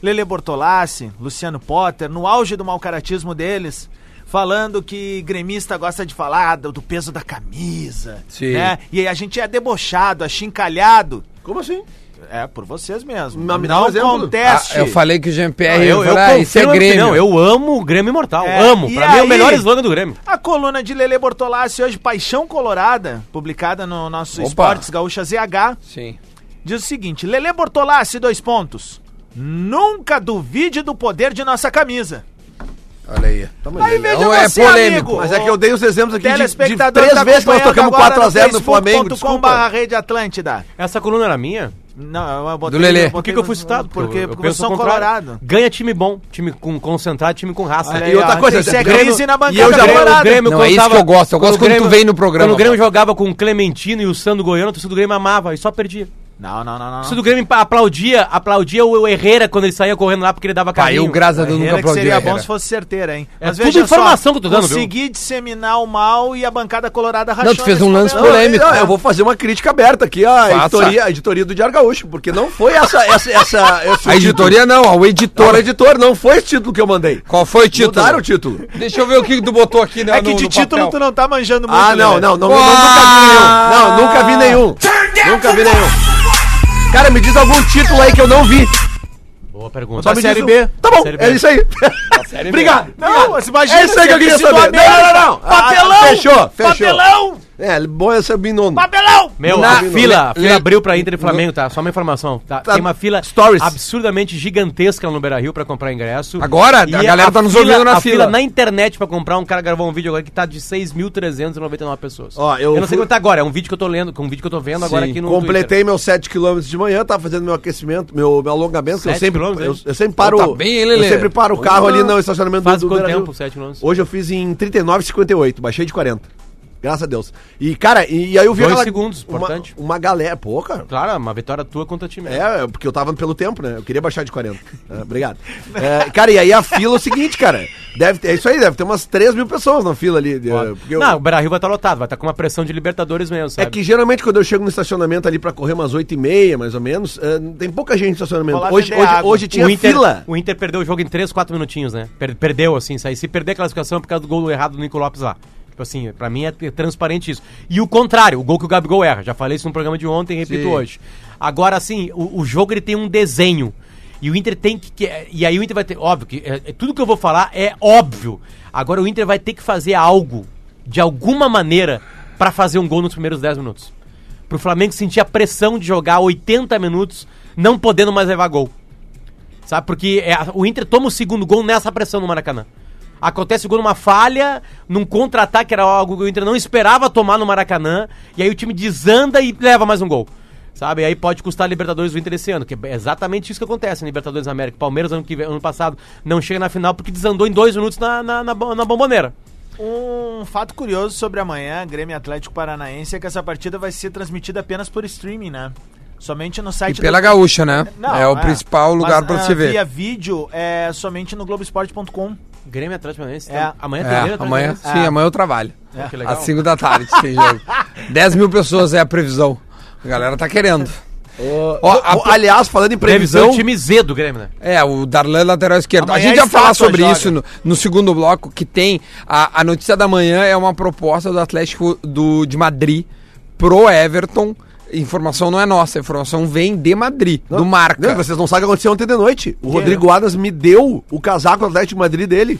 D: Lele Bortolassi, Luciano Potter, no auge do malcaratismo deles, falando que gremista gosta de falar do, do peso da camisa.
B: Sim.
D: Né? E aí a gente é debochado, achincalhado.
F: Como assim?
D: É, por vocês mesmos.
F: Mas me dá um
D: Não
F: exemplo.
D: conteste.
B: Ah, eu falei que o Jean-Pierre
G: eu, eu
B: falou, ah, isso é
G: confirmo a
B: Grêmio.
G: opinião, eu amo o Grêmio Imortal.
D: É,
G: Amo.
D: e
G: Pra mim é o
D: aí?
G: melhor slogan do Grêmio.
D: A coluna de Lele Bortolassi hoje, Paixão Colorada, publicada no nosso
B: Opa.
D: Esportes Gaúcha ZH,
B: Sim.
D: diz o seguinte: Lele Bortolassi, dois pontos. Nunca duvide do poder de nossa camisa.
B: Olha aí.
D: Aí veja
B: Não é
D: você,
B: polêmico,
D: amigo.
F: Mas é que eu dei os exemplos aqui de, de
D: Telespectador
F: três
D: tá
F: vezes que nós
D: acompanhando
F: tocamos
D: agora
F: 4x0 no
D: facebook.com
F: Flamengo.
D: barra
F: Desculpa.
D: Rede Atlântida.
G: Essa coluna era minha?
D: Não, eu botei,
B: Do Lelê.
D: eu
G: Por
D: botei
G: que, que eu fui
D: no-
G: citado?
D: Porque,
G: eu, eu
D: porque eu
G: penso
D: sou
G: ao contrário.
D: colorado.
G: Ganha time bom, time com concentrado, time com raça.
D: Olha
G: Ah, E tá
D: aí,
G: outra
D: ó,
F: coisa,
D: tem que ser
F: Grêmio-
D: crise na
G: E eu
D: bancada
G: já
D: colorada.
G: o Grêmio
B: Não, é isso
G: contava-
B: que eu gosto. Eu gosto quando tu vem no programa,
G: Quando o Grêmio
B: Rafa.
G: jogava com o Clementino e o Sandro Goiano, a torcida do Grêmio amava e só perdia.
D: Não, não, não, não.
G: A
D: não.
G: torcida do Grêmio aplaudia, aplaudia o Herrera quando ele saía correndo lá porque ele dava
B: Pai,
G: carinho.
B: eu, graças a Deus, nunca
D: Herrera que
B: aplaudi
D: seria
B: o
D: bom
B: Herrera.
D: se fosse certeira, hein?
G: É tudo informação que eu tô dando, viu?
D: consegui disseminar o mal e a bancada colorada rachou.
B: Não, tu fez um
D: nesse
B: lance
D: programa.
B: polêmico.
F: Não, eu vou fazer uma crítica aberta aqui à
B: Faça.
F: editoria, à editoria do Diário Gaúcho, porque não foi essa. essa, essa esse
B: A editoria não, o
F: Título. Não,
B: editor.
F: o editor, não foi esse título que eu mandei.
B: Qual foi o título?
F: Mudaram o título.
B: Deixa eu ver o que que tu botou aqui né,
D: É que
B: no-
D: de
B: no
D: título
B: papel.
D: tu não tá manjando muito.
F: Ah, não,
D: Lelé.
F: não, não, não, nunca vi nenhum. Não, nunca vi nenhum. Nunca vi nenhum. Cara, me diz algum título aí que eu não vi.
G: Boa pergunta.
D: Só
G: me
D: Série
G: diz o-
D: B.
F: Tá bom,
G: Série B.
F: é isso aí.
G: Série B.
F: Obrigado.
D: Não, você imagina.
F: É isso aí que eu queria
D: se do
F: saber. Não,
D: América,
F: não, não, não. Ah,
D: Papelão!
F: fechou, fechou.
D: Papelão!
F: É, bom é ser binono.
D: Papelão!
G: Meu,
F: Na
G: a fila, a
F: le-
G: fila
F: le-
G: abriu pra Inter e Flamengo, tá? Só uma informação. tá?
F: Tá.
G: Tem uma fila
F: Stories.
G: absurdamente gigantesca no Beira Rio pra comprar ingresso.
B: Agora? A
G: E
B: galera tá nos olhando na
G: a
B: fila.
G: na internet pra comprar, um cara gravou um vídeo agora que tá de 6.399 pessoas.
F: Ó, eu
G: não sei
F: fui-
G: quanto tá agora, é um vídeo que eu tô lendo, com um vídeo que eu tô vendo agora
F: Sim,
G: aqui no
F: Completei meus 7 km de manhã, tava fazendo meu aquecimento, meu, meu alongamento, que eu
G: Sete
F: sempre,
G: quilômetros,
F: eu,
G: hein? tá
F: eu sempre paro.
B: Então tá bem, hein,
F: eu
B: Lelê?
F: sempre paro o carro ali no estacionamento
G: Faz quanto
F: Beira-Rio.
G: tempo, sete quilômetros?
F: Hoje eu fiz em 39,58, baixei de 40. Graças a Deus. E, cara, e, e aí eu vi
G: Dois segundos,
F: uma,
G: importante.
F: Uma galera. Pô, cara.
G: Claro, é uma vitória tua contra o time.
F: É, porque eu tava pelo tempo, né? Eu queria baixar de 40. É, obrigado. É, cara, e aí a fila é o seguinte, cara. Deve ter, é isso aí, deve ter umas 3 mil pessoas na fila ali. de-
G: Foda.
F: porque É, eu-
G: Não, o Beira Rio vai estar lotado, vai estar com uma pressão de Libertadores mesmo,
F: É
G: sabe?
F: que geralmente quando eu chego no estacionamento ali pra correr umas 8 e meia, mais ou menos, eh, tem pouca gente no estacionamento.
D: Vou lá
F: Hoje,
D: vender
F: hoje,
D: água.
F: hoje tinha
G: o Inter,
F: fila.
G: O Inter perdeu o jogo em 3, 4 minutinhos, né? Per- perdeu, assim, sai. Se perder a classificação é por causa do gol errado do Nico Lopes lá. Tipo assim, pra mim é t- transparente isso. E o contrário, o gol que o Gabigol erra. Já falei isso no programa de ontem, repito
F: Sim.
G: hoje. Agora, assim, o, o jogo ele tem um desenho. E o Inter tem que, que- E aí o Inter vai ter. Óbvio que. é- é tudo que eu vou falar é óbvio. Agora o Inter vai ter que fazer algo, de alguma maneira, pra fazer um gol nos primeiros 10 minutos. Pro Flamengo sentir a pressão de jogar 80 minutos, não podendo mais levar gol. Sabe? Porque é, a- o Inter toma o segundo gol nessa pressão no Maracanã. Acontece o gol numa falha, num contra-ataque, era algo que o Inter não esperava tomar no Maracanã, e aí o time desanda e leva mais um gol. Sabe? E aí pode custar a Libertadores do Inter esse ano, que é exatamente isso que acontece na Libertadores da América. O Palmeiras, ano, que vem- ano passado, não chega na final porque desandou em dois minutos na, na, na, bo- na bomboneira.
D: Um fato curioso sobre amanhã, Grêmio Atlético Paranaense, é que essa partida vai ser transmitida apenas por streaming, né? Somente no
B: E
D: site
B: pela
D: do-
B: Gaúcha, né?
D: Não,
B: é o principal lugar
D: Mas,
B: pra
D: ah,
B: você ver.
D: Via vídeo é somente no Globoesporte.com.
G: Grêmio Atlético Paranaense.
D: É.
G: tem- Amanhã tem Grêmio
B: É,
G: Atlético
B: amanhã,
G: Paranaense?
B: sim,
D: Ah.
B: amanhã eu trabalho.
G: Que legal.
B: Às 5 da tarde tem jogo. 10 mil pessoas é a previsão. A galera tá querendo. Ó, a-
F: Ó, aliás, falando em
G: Deve ser o
F: previsão.
G: time Z do Grêmio, né?
B: É, o Darlan lateral esquerdo. a
D: Amanhã
B: gente vai
D: a
B: falar
D: estátua
B: sobre
D: joga.
B: isso no, no segundo bloco, que tem a, a notícia da manhã é uma proposta do Atlético do, de Madrid pro Everton. Informação não é nossa, a informação vem de Madrid, do Marca.
F: Não, vocês não sabem o que aconteceu ontem de noite. O Rodrigo Adams me deu o casaco do Atlético de Madrid dele.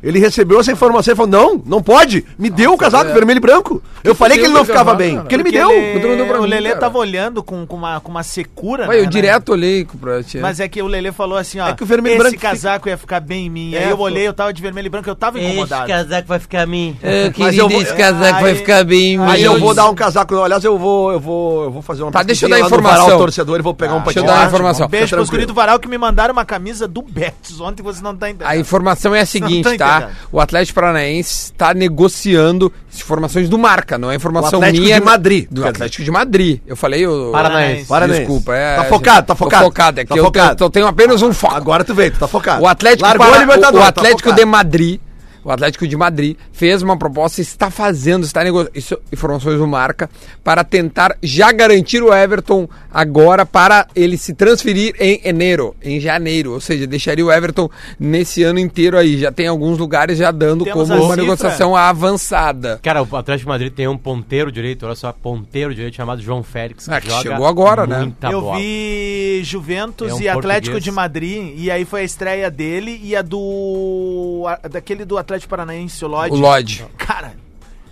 F: Ele recebeu essa informação e falou: não, não pode. Me deu o
B: é-
F: casaco vermelho e branco. Eu falei que ele não ficava bem. Porque ele me
D: Porque
F: deu.
B: Rodrigo deu pra
D: o
B: mim,
D: Lelê
B: cara.
D: tava olhando com, com, uma, com uma secura,
B: Vai, eu
D: né,
B: direto olhei pra ti.
D: Mas é que o Lelê falou assim, ó,
F: É que o vermelho e
D: esse
F: branco
D: casaco ia ficar bem em mim.
F: É,
D: Aí eu
F: pô.
D: olhei, eu tava de vermelho e branco, eu tava incomodado.
G: casaco vai ficar mim.
B: Eu
F: Mas eu vou-
B: casaco
D: Aí-
B: bem.
F: Aí eu
B: mas-
F: vou dar um casaco. não. Aliás, eu vou, eu vou, eu vou fazer uma
B: Tá, deixa eu
F: pesquisinha lá no
B: dar
F: Varal
B: informação. Ah,
F: torcedor e vou pegar um
B: Deixa eu
F: patinho.
B: dar uma
F: Ótimo,
B: informação.
F: fica
D: Beijo pros
F: tranquilo.
D: guris do Varal que me mandaram uma camisa do Betis ontem, você não tá entendendo.
B: A informação é a seguinte,
D: tô
B: tá?
D: entendendo.
B: O Atlético Paranaense está negociando informações do Marca, não é informação
F: O Atlético
B: minha.
F: de Madrid,
B: Do
F: quer dizer.
B: Atlético de Madrid. Eu falei o.
G: Paranaense.
F: Paranaense.
B: Desculpa, é.
F: Tá focado, tá
B: tô
F: focado.
B: focado, é que
F: Tá
B: eu,
F: focado.
B: te- eu tenho apenas um foco.
F: Agora tu veio, tu tá focado.
B: O Atlético,
F: Largou
B: Parana-
F: a Libertadores,
B: o
F: tá
B: Atlético
F: focado.
B: de Madrid, o Atlético de Madrid fez uma proposta, está fazendo, está negociando, isso, informações do Marca, para tentar já garantir o Everton agora para ele se transferir em enero, em janeiro, ou seja, deixaria o Everton nesse ano inteiro aí, já tem alguns lugares já dando
D: Temos
B: como
D: a
B: uma
D: cifra.
B: negociação avançada.
G: Cara, o Atlético de Madrid tem um ponteiro direito, olha só, ponteiro direito chamado João Félix.
B: Ah, que chegou agora, né?
G: muita
D: eu
G: bola.
D: vi Juventus
G: Tá É um
D: e Atlético
G: português.
D: de Madrid, e aí foi a estreia dele e a do. a- daquele do Atlético Paranaense, o Lodge.
B: O Lodge.
D: Cara,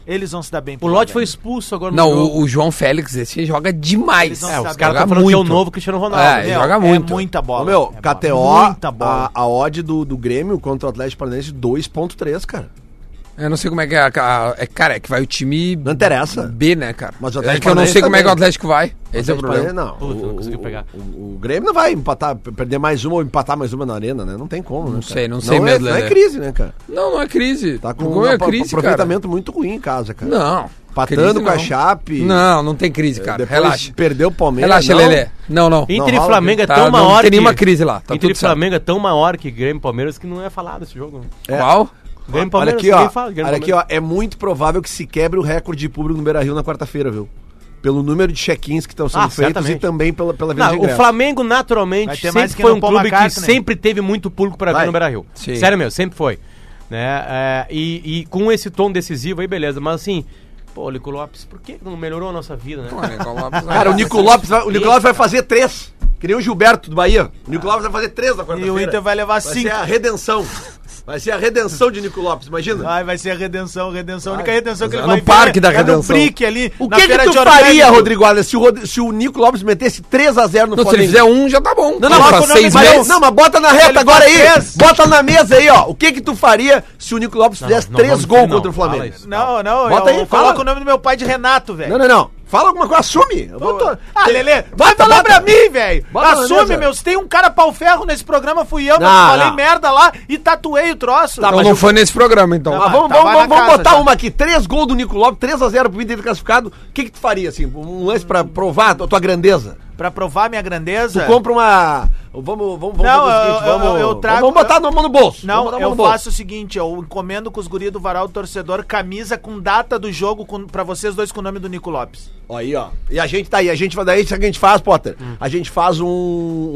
D: eles vão se dar bem.
G: O Lodge foi expulso agora
B: Não,
G: jogo.
B: o, o João Félix, esse joga demais.
D: Eles não
G: É, os
D: sabe,
G: caras
B: joga
G: estão falando que é o
B: muito.
G: novo Cristiano Ronaldo.
B: É,
G: né?
B: ele joga muito.
D: É muita bola.
F: Ô, meu,
D: É
F: KTO,
D: Muita bola.
F: A, a odd do, do Grêmio contra o Atlético Paranaense 2.3, cara.
B: Eu não sei como é que é, a- a- é. Cara, é que vai o time.
F: Não interessa.
B: B, né, cara?
F: Mas o
B: é
F: Atlético
B: que eu não sei
F: Paranaense
B: como é que o
F: também.
B: Atlético vai. Esse é o
F: Atlético
B: problema.
F: Paranaense, não.
G: Puta, não conseguiu
F: o,
G: pegar.
F: o- o Grêmio não vai empatar, per- perder mais uma ou empatar mais uma na arena, né? Não tem como, né? Não
B: sei, não sei
F: é,
B: mesmo,
F: Não é
B: né?
F: crise, né, cara?
B: Não, não é crise.
F: Tá com
B: Não
F: um
B: é
F: apro-
B: crise,
F: aproveitamento muito ruim em casa, cara.
B: cara. Não.
F: Patando
B: Crise
F: com a
B: não.
F: Chape.
B: Não, não tem crise, cara.
F: Depois
B: Relaxa.
F: Perdeu o Palmeiras.
B: Relaxa,
F: não.
B: Lelê. Não, não.
G: Inter
F: rola,
G: e Flamengo é
B: Tá,
G: tão
B: não
G: maior
B: tem
G: que...
B: nenhuma crise lá, tá
G: Inter e
B: tudo certo.
G: Flamengo é tão maior que Grêmio e Palmeiras que não é falado esse jogo.
F: É.
B: Qual?
G: Grêmio e
F: Olha
G: Palmeiras,
F: aqui, ó.
G: ninguém fala de Grêmio e
F: Olha aqui, ó. É muito provável que se quebre o recorde de público no Beira Rio na quarta-feira, viu? Pelo número de check-ins que estão sendo
G: Ah,
F: feitos e
G: certamente.
F: também pela, pela venda
G: Não,
F: de
G: o
F: ingresso.
G: Flamengo,
D: Vai ter
G: naturalmente,
D: mais
G: sempre
D: que
G: foi
D: no
G: um
D: Paul
G: clube que
D: McCartney.
G: sempre teve muito público para
F: Vai.
G: ver no Beira-Rio.
B: Sim.
G: Sério mesmo, sempre foi. Né? É, e, e com esse tom decisivo aí, beleza. Mas assim, pô, Lico Lopes, por que não melhorou a nossa vida, né?
F: Cara, o Nico Lopes vai, o Nico Lopes vai fazer três. Que nem o Gilberto do Bahia. O Nico Lopes vai fazer três na
D: E
F: quarta-feira.
D: o Inter vai levar
F: Vai
D: cinco.
F: ser a redenção. Vai ser a redenção de Nico Lopes, imagina.
D: Ai, vai ser a redenção, redenção. A única redenção que ele
B: No
D: vai
B: Parque da
D: é no
B: Redenção.
D: Brick ali,
F: O
D: na
F: que, que
D: feira
F: tu
D: de
F: faria,
D: orgânico.
F: Rodrigo Alves, se o, Rod- se o Nico Lopes metesse 3x0 no
B: Não, se
F: Flamengo?
B: ele fizer um, já tá bom.
F: Não, não,
B: Pra
F: bota o nome-
G: um
B: seis
F: mas-
B: meses.
F: não, mas bota na reta
D: Ele
F: agora aí.
D: fez.
F: Bota na mesa aí, ó. O que que tu faria se o Nico Lopes fizesse
G: não,
F: três
G: vamos
F: gols
G: dizer não.
F: contra o
G: Fala
F: Flamengo?
G: isso.
D: Não, não,
F: Bota
D: eu
F: aí,
D: coloco
F: fala.
D: o nome do meu pai de Renato, velho.
F: Não, não, não. Fala alguma coisa, assume. Eu
D: Eu
F: tô-
D: tô- Ah, Lelê, vai
F: Bota,
D: falar
F: bota.
D: pra mim, velho.
F: Bota na
D: Assume,
F: mesa.
D: meu. Se tem um cara pau ferro nesse programa, fui eu, mas
F: Não,
D: falei
F: não. Tá,
D: merda lá e tatuei o troço.
B: Então não foi nesse programa, então.
F: Ah, vamos vamos,
D: tá, vai na
F: vamos, vamos
D: casa
F: botar
D: já.
F: uma aqui. Três gols do Nico Lopes, 3x0 pro Inter classificado. O que que tu faria, assim? Um lance pra provar a tua tua grandeza?
D: Pra provar minha grandeza.
F: Tu compra uma... Vamos, vamos, vamos
D: É.
F: fazer
D: Não,
F: o seguinte,
D: eu- eu-
F: vamos,
D: eu trago-
F: vamos botar a mão no bolso.
D: Não,
F: vamos botar a mão
D: eu
F: no bolso.
D: faço o seguinte, eu encomendo com os guri do Varal do Torcedor camisa com data do jogo com, pra vocês dois com o nome do Nico Lopes.
F: Ó, Aí, ó. E a gente tá aí, a gente vai daí, sabe o que a gente faz, Potter?
D: Hum.
F: A gente faz um,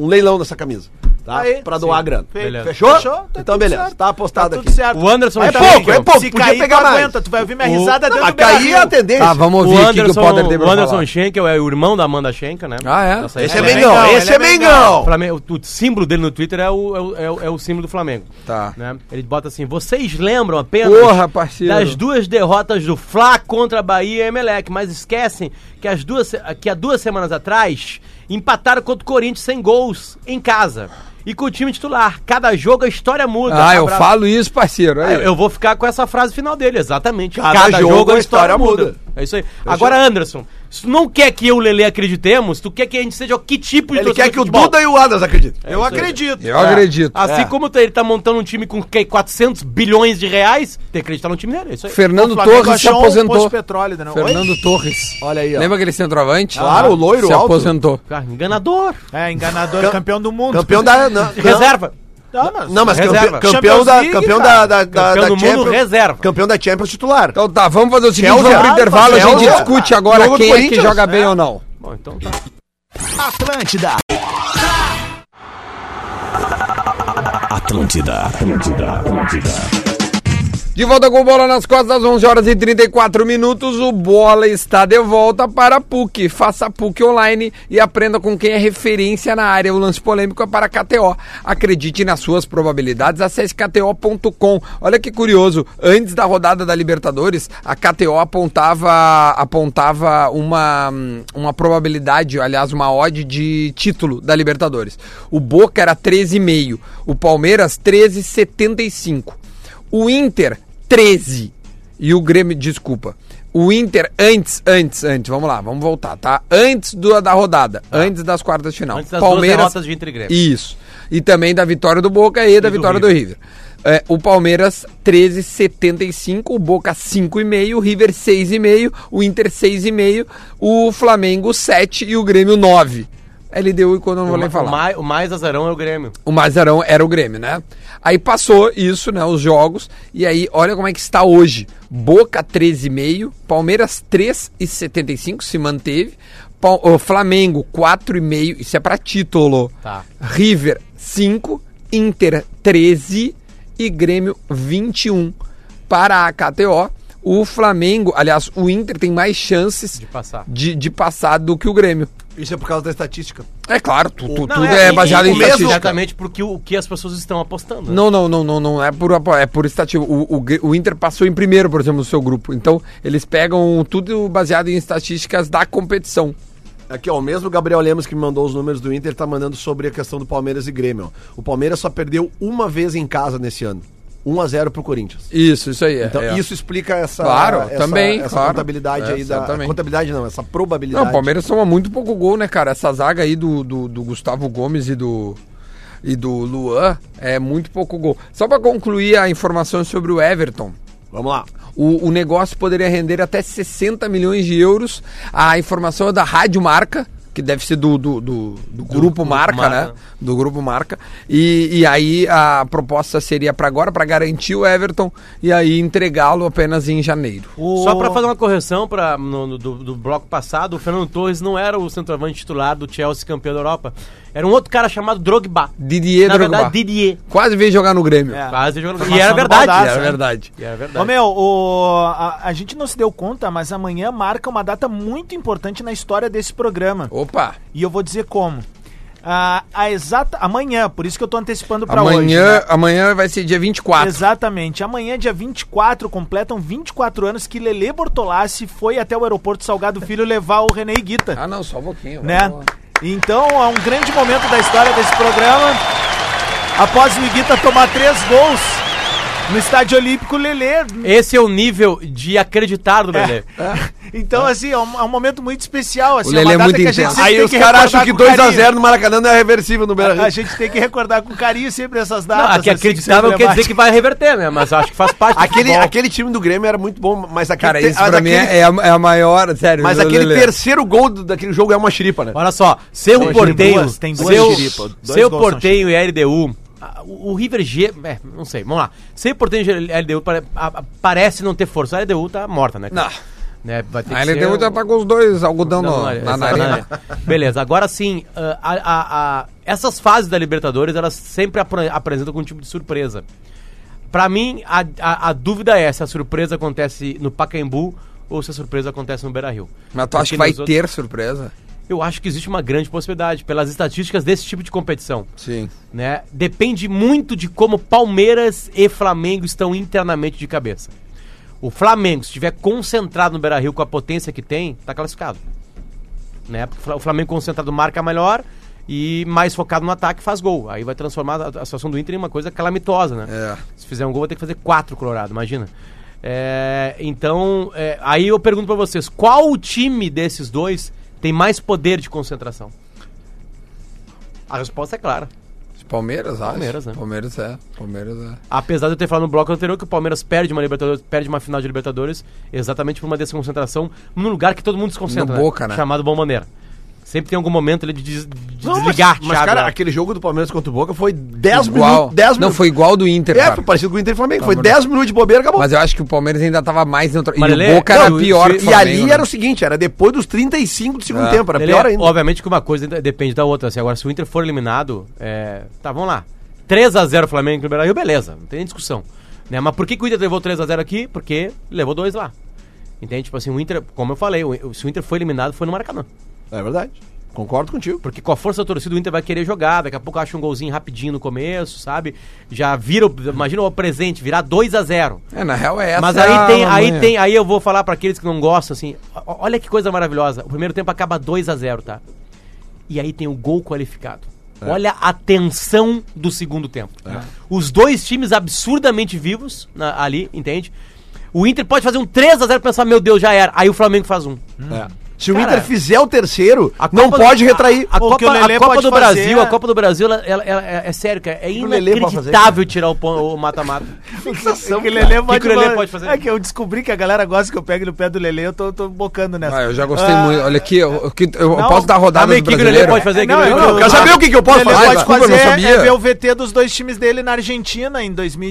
F: um leilão dessa camisa, tá?
D: Aí.
F: pra doar a grana.
D: Beleza.
F: Fechou?
D: Fechou? Tá
F: então
D: tudo
F: beleza,
D: certo.
F: tá apostado
D: tudo
F: aqui.
D: certo.
G: O Anderson
F: É
G: tá-
F: pouco, é pouco,
D: Se
F: podia
D: cair,
F: pegar
D: tu
F: mais.
D: aguenta, tu vai ouvir minha
G: O-
D: risada
F: Não,
D: dentro
F: mas
D: do Beira
F: cair é a
D: Rio.
F: tendência.
B: Tá, vamos
G: O
B: ouvir aqui que o Poder
G: Anderson,
B: deu
G: o Anderson Schenkel é o irmão da Amanda Schenkel, né?
B: Ah, é?
G: Nossa,
F: Esse é
G: ele
F: Mengão,
D: Mengão,
F: esse
D: ele
F: é
D: é
F: Mengão.
G: Flamengo, o símbolo dele no Twitter é o, é o, é o- é o símbolo do Flamengo.
B: Tá.
G: Né? Ele bota assim: vocês lembram apenas
B: Porra, parceiro.
G: das duas derrotas do Fla contra Bahia e Emelec, mas esquecem que, as duas, se- que há duas semanas atrás empataram contra o Corinthians sem gols em casa. E com o time titular. Cada jogo a história muda.
B: Ah, eu
G: Abra-
B: falo isso, parceiro.
G: Ah,
B: Aí.
G: Eu, eu vou ficar com essa frase final dele, exatamente.
F: Cada jogo a história muda.
G: É isso aí. Agora, Anderson, se tu não quer que eu e o Lele acreditemos, tu quer que a gente seja que tipo de
F: Ele
G: torcedor
F: quer
G: de
F: que o
G: futebol?
F: Duda É. e o Adas acreditem.
D: Eu acredito.
B: É Eu acredito.
G: Assim como tu- ele tá montando um time com que, 400 bilhões de reais, tem que acreditar no time dele. É isso aí.
B: Fernando
D: O Flamengo
B: Torres se
D: achou um poço
B: aposentou.
D: de petróleo, né?
B: Fernando Torres.
F: Olha aí, ó.
B: Lembra aquele centroavante?
F: Claro, o loiro
B: Se
F: alto.
B: aposentou.
G: Cara, enganador.
D: É, enganador, campeão do mundo.
F: Campeão da... Não,
G: Reserva.
D: Não, mas-
F: Não, mas campe,
G: Reserva.
F: campeão,
D: Champions
F: da,
D: League,
F: campeão da,
D: cara.
F: da, da,
G: Campeão
F: da
G: do mundo, reserva.
F: Campeão da Champions titular.
B: Então tá, vamos fazer o seguinte,
F: Chelsea,
B: vamos pro intervalo, a gente
F: Chelsea.
B: discute agora
F: Jogo do
B: quem é que
F: Corinthians. né?
B: joga bem ou não.
G: Bom, então tá.
C: Atlântida.
A: Atlântida, Atlântida, Atlântida.
B: De volta com o bola nas costas, às 11 horas e 34 minutos. O bola está de volta para a PUC. Faça a PUC online e aprenda com quem é referência na área. O lance polêmico é para a KTO. Acredite nas suas probabilidades. Acesse KTO.com. Olha que curioso. Antes da rodada da Libertadores, a KTO apontava, apontava uma, hum, uma probabilidade, aliás, uma odd de título da Libertadores. O Boca era 13,5. O Palmeiras, 13,75. O Inter, 13. E o Grêmio, desculpa. O Inter, antes, antes, antes, vamos lá, vamos voltar, tá? Antes do, da rodada, antes das quartas de final.
G: Tá. Antes das duas derrotas de Inter e Grêmio.
B: Isso. E também da vitória do Boca e, da
G: do
B: vitória do River. É, o Palmeiras, 13,75. O Boca, 5,5. O River, 6,5. O Inter, 6,5. O Flamengo, 7. E o Grêmio, 9. LDU, quando eu não vou nem falar.
G: O mais, o mais azarão é o Grêmio.
B: O mais azarão era o Grêmio, né? Aí passou isso, né? Os jogos. E aí, olha como é que está hoje. Boca 13,5, Palmeiras 3,75 se manteve. Pal- ô, Flamengo 4,5, isso é pra título.
G: Tá.
B: River 5, Inter 13 e Grêmio 21. Para a KTO, o Flamengo, aliás, o Inter tem mais chances de
G: passar.
B: de, de passar do que o Grêmio.
F: Isso é por causa da estatística.
B: É claro, tu- tu-
G: Não,
B: tudo é,
G: e-
B: baseado
G: e
B: em
G: o mesmo-
B: estatística.
G: Exatamente porque o, o que as pessoas estão apostando. né?
B: Não, não, não, não, não. É por, é por estatística. O, o, Gre- o Inter passou em primeiro, por exemplo, no seu grupo. Então, eles pegam tudo baseado em estatísticas da competição.
F: Aqui, ó, o mesmo Gabriel Lemos que me mandou os números do Inter tá mandando sobre a questão do Palmeiras e Grêmio. ó. O Palmeiras só perdeu uma vez em casa nesse ano. 1 a 0 pro Corinthians.
B: Isso, isso aí. é,
F: Então,
B: é.
F: isso explica essa,
B: Claro,
F: essa,
B: também,
F: essa
B: claro.
F: contabilidade
B: É,
F: aí da.
B: exatamente.
F: Contabilidade não, essa probabilidade.
B: Não, o Palmeiras toma muito pouco gol, né, cara? Essa zaga aí do, do, do Gustavo Gomes e do, e do Luan é muito pouco gol. Só pra concluir a informação sobre o Everton.
F: Vamos lá.
B: O, o negócio poderia render até 60 milhões de euros. A informação é da Rádio Marca, que deve ser do, do, do- do Grupo Marca,
G: Marca.
B: né? Do Grupo Marca. E, e aí a proposta seria para agora, para garantir o Everton e aí entregá-lo apenas em janeiro.
G: Só pra fazer uma correção pra, no- no- do, do bloco passado, o Fernando Torres não era o centroavante titular do Chelsea campeão da Europa. Era um outro cara chamado Drogba.
B: Didier
G: Na
B: Drogba.
G: verdade, Didier.
B: Quase veio jogar no Grêmio.
D: É.
G: Quase jogando. E
D: Formação
G: era
D: do
G: verdade.
D: Baldassi,
G: Era
D: né?
G: verdade. E era verdade.
D: Ô meu, o- a, a gente não se deu conta, mas amanhã marca uma data muito importante na história desse programa.
B: Opa!
D: E eu vou dizer como. a, a exata. Amanhã, por isso que eu tô antecipando pra hoje.
B: amanhã,
D: né?
B: amanhã vai ser dia 24.
D: Exatamente. Amanhã, dia 24, completam 24 anos que Lele Bortolassi foi até o aeroporto Salgado Filho levar o René Guita.
B: Ah, não, só um pouquinho.
D: né? Então é um grande momento da história desse programa. Após o Iguita tomar três gols no Estádio Olímpico, Lelê.
G: Esse é o nível de acreditar do
D: É.
G: Lelê.
D: Então, assim, é um, é um momento muito especial. Assim,
B: O Lelê é muito
D: gente
B: intenso.
D: sempre
F: Aí
D: tem
F: os
D: que
F: caras
D: recordar
F: acham que
D: com
F: 2x0 no Maracanã não é reversível no Beira-Rio.
D: carinho. A,
B: Tá,
D: a gente tem que recordar com carinho sempre essas datas.
G: Ah, que
D: assim,
G: acreditar
D: são
G: não quer dizer que vai reverter, né? Mas acho que faz parte do
F: Aquele,
G: futebol.
F: aquele time do Grêmio era muito bom, mas aquele,
B: tá, Cara,
F: ter-
B: isso
F: mas
B: pra mim
F: aquele-
B: é, é a, é a maior, sério.
F: mas
B: eu-
F: aquele
B: Lelê.
F: terceiro gol do- daquele jogo é uma chiripa, né?
G: Olha só, seu
D: Tem
G: porteio,
D: duas- tem duas
G: seu,
D: chiripa, dois
G: seu
D: gols são
G: porteio e LDU, ah, o o River G, é, não sei, vamos lá. Seu porteio e LDU pare- a- a- parece não ter força. A LDU tá morta, né? cara? Né, vai ter
B: Ah,
G: que
B: ele
G: ser
B: deu
G: o-
B: já tá com os dois algodão
G: Não, é
B: no-
G: na-
B: na
G: essa-
B: narina.
G: na- Beleza, agora sim, ah, a- a- a- essas fases da Libertadores, elas sempre apre- apresentam algum tipo de surpresa. Pra mim, a, a- a dúvida é se a surpresa acontece no Pacaembu ou se a surpresa acontece no Beira-Rio.
B: Mas tu acha
G: Porque
B: que vai
G: nos outros-
B: ter surpresa?
G: Eu acho que existe uma grande possibilidade, pelas estatísticas desse tipo de competição.
B: Sim.
G: Né? Depende muito de como Palmeiras e Flamengo estão internamente de cabeça. O Flamengo, se estiver concentrado no Beira Rio com a potência que tem, tá classificado. Né? Porque o Fla- o Flamengo concentrado marca melhor e mais focado no ataque faz gol. Aí vai transformar a a situação do Inter em uma coisa calamitosa, né?
B: É.
G: Se fizer um gol, vai ter que fazer quatro Colorado, imagina. É, então, é, aí eu pergunto pra vocês, qual o time desses dois tem mais poder de concentração? A resposta é clara.
B: Palmeiras, acho.
G: Palmeiras, né?
B: Palmeiras é. Palmeiras é.
G: Apesar de eu ter falado no bloco anterior que o Palmeiras perde uma Libertadores, perde uma final de Libertadores exatamente por uma desconcentração num lugar que todo mundo se concentra,
B: No Boca, né?
G: chamado Bomboneira. Sempre tem algum momento ali de, des- de
F: Não, mas-
G: desligar,
F: mas,
G: Thiago,
F: cara,
G: né?
F: aquele jogo do Palmeiras contra o Boca foi 10
B: Igual.
F: minutos. 10
B: Não,
F: minutos.
B: foi igual do Inter,
F: É,
B: cara.
F: foi parecido com o Inter e Flamengo. Foi
B: Não,
F: 10 minutos de bobeira, acabou.
B: Mas eu acho que o Palmeiras ainda tava mais neutral. E
G: Mas, Lelê,
B: o né? Boca era
G: não,
B: pior
G: e-
B: que
F: e ali era o seguinte, era depois dos 35 do segundo
B: É.
F: tempo, era
G: Ele é-
F: pior ainda.
G: Obviamente que uma coisa ainda depende da outra. Assim, agora, se o Inter for eliminado, é, tá, vamos lá. 3x0 Flamengo e Liberar Rio, beleza, não tem nem discussão. Né? Mas por que, que o Inter levou 3x0 aqui? Porque levou dois lá. Entende? Tipo assim, o Inter, como eu falei, o- se o Inter foi eliminado, foi no Maracanã.
F: É verdade. Concordo contigo.
G: Porque com a força da torcida o Inter vai querer jogar, daqui a pouco acha um golzinho rapidinho no começo, sabe? Já vira, o- imagina o presente, virar 2 a 0
B: É, na real é essa.
G: Mas
B: é a
G: aí tem,
B: manha.
G: aí tem, aí eu vou falar pra aqueles que não gostam assim, ó- olha que coisa maravilhosa. O primeiro tempo acaba 2 a 0, tá? E aí tem o gol qualificado. Olha a tensão do segundo tempo. Os dois times absurdamente vivos na- ali, entende? O Inter pode fazer um 3 a 0 e pensar, meu Deus, já era. Aí o Flamengo faz um.
F: É. Se o
G: Cara,
F: Inter fizer o terceiro,
G: A
F: não
G: Copa do-
F: pode retrair.
G: A, a
D: O que
G: Copa,
D: o Lelê
G: a Copa
D: pode
G: do
D: fazer
G: Brasil,
D: é-
G: a Copa do Brasil, ela, ela- ela- é, é sério, cara, é
F: que o Lelê pode fazer, cara?
G: inacreditável tirar o, pon- o mata-mata.
D: É que o Lelê
G: O que
D: pode,
G: que o Lelê pode fazer?
D: É que eu descobri que a galera gosta que eu pegue no pé do Lelê, eu tô, tô bocando nessa.
B: Ah, eu já gostei
D: Ah,
B: muito. Olha aqui, eu, eu- que- eu
D: não.
B: posso dar a rodada
G: Também
B: do
G: que que o Lelê
B: brasileiro.
G: pode
D: não,
G: fazer? que
D: eu
G: o Lelê
D: não,
G: pode
D: eu
F: quero
G: fazer?
F: saber o que, que eu posso
D: Lelê
F: fazer.
D: pode
B: desculpa, eu não
D: fazer
B: sabia.
D: é ver o VT dos dois times dele na Argentina em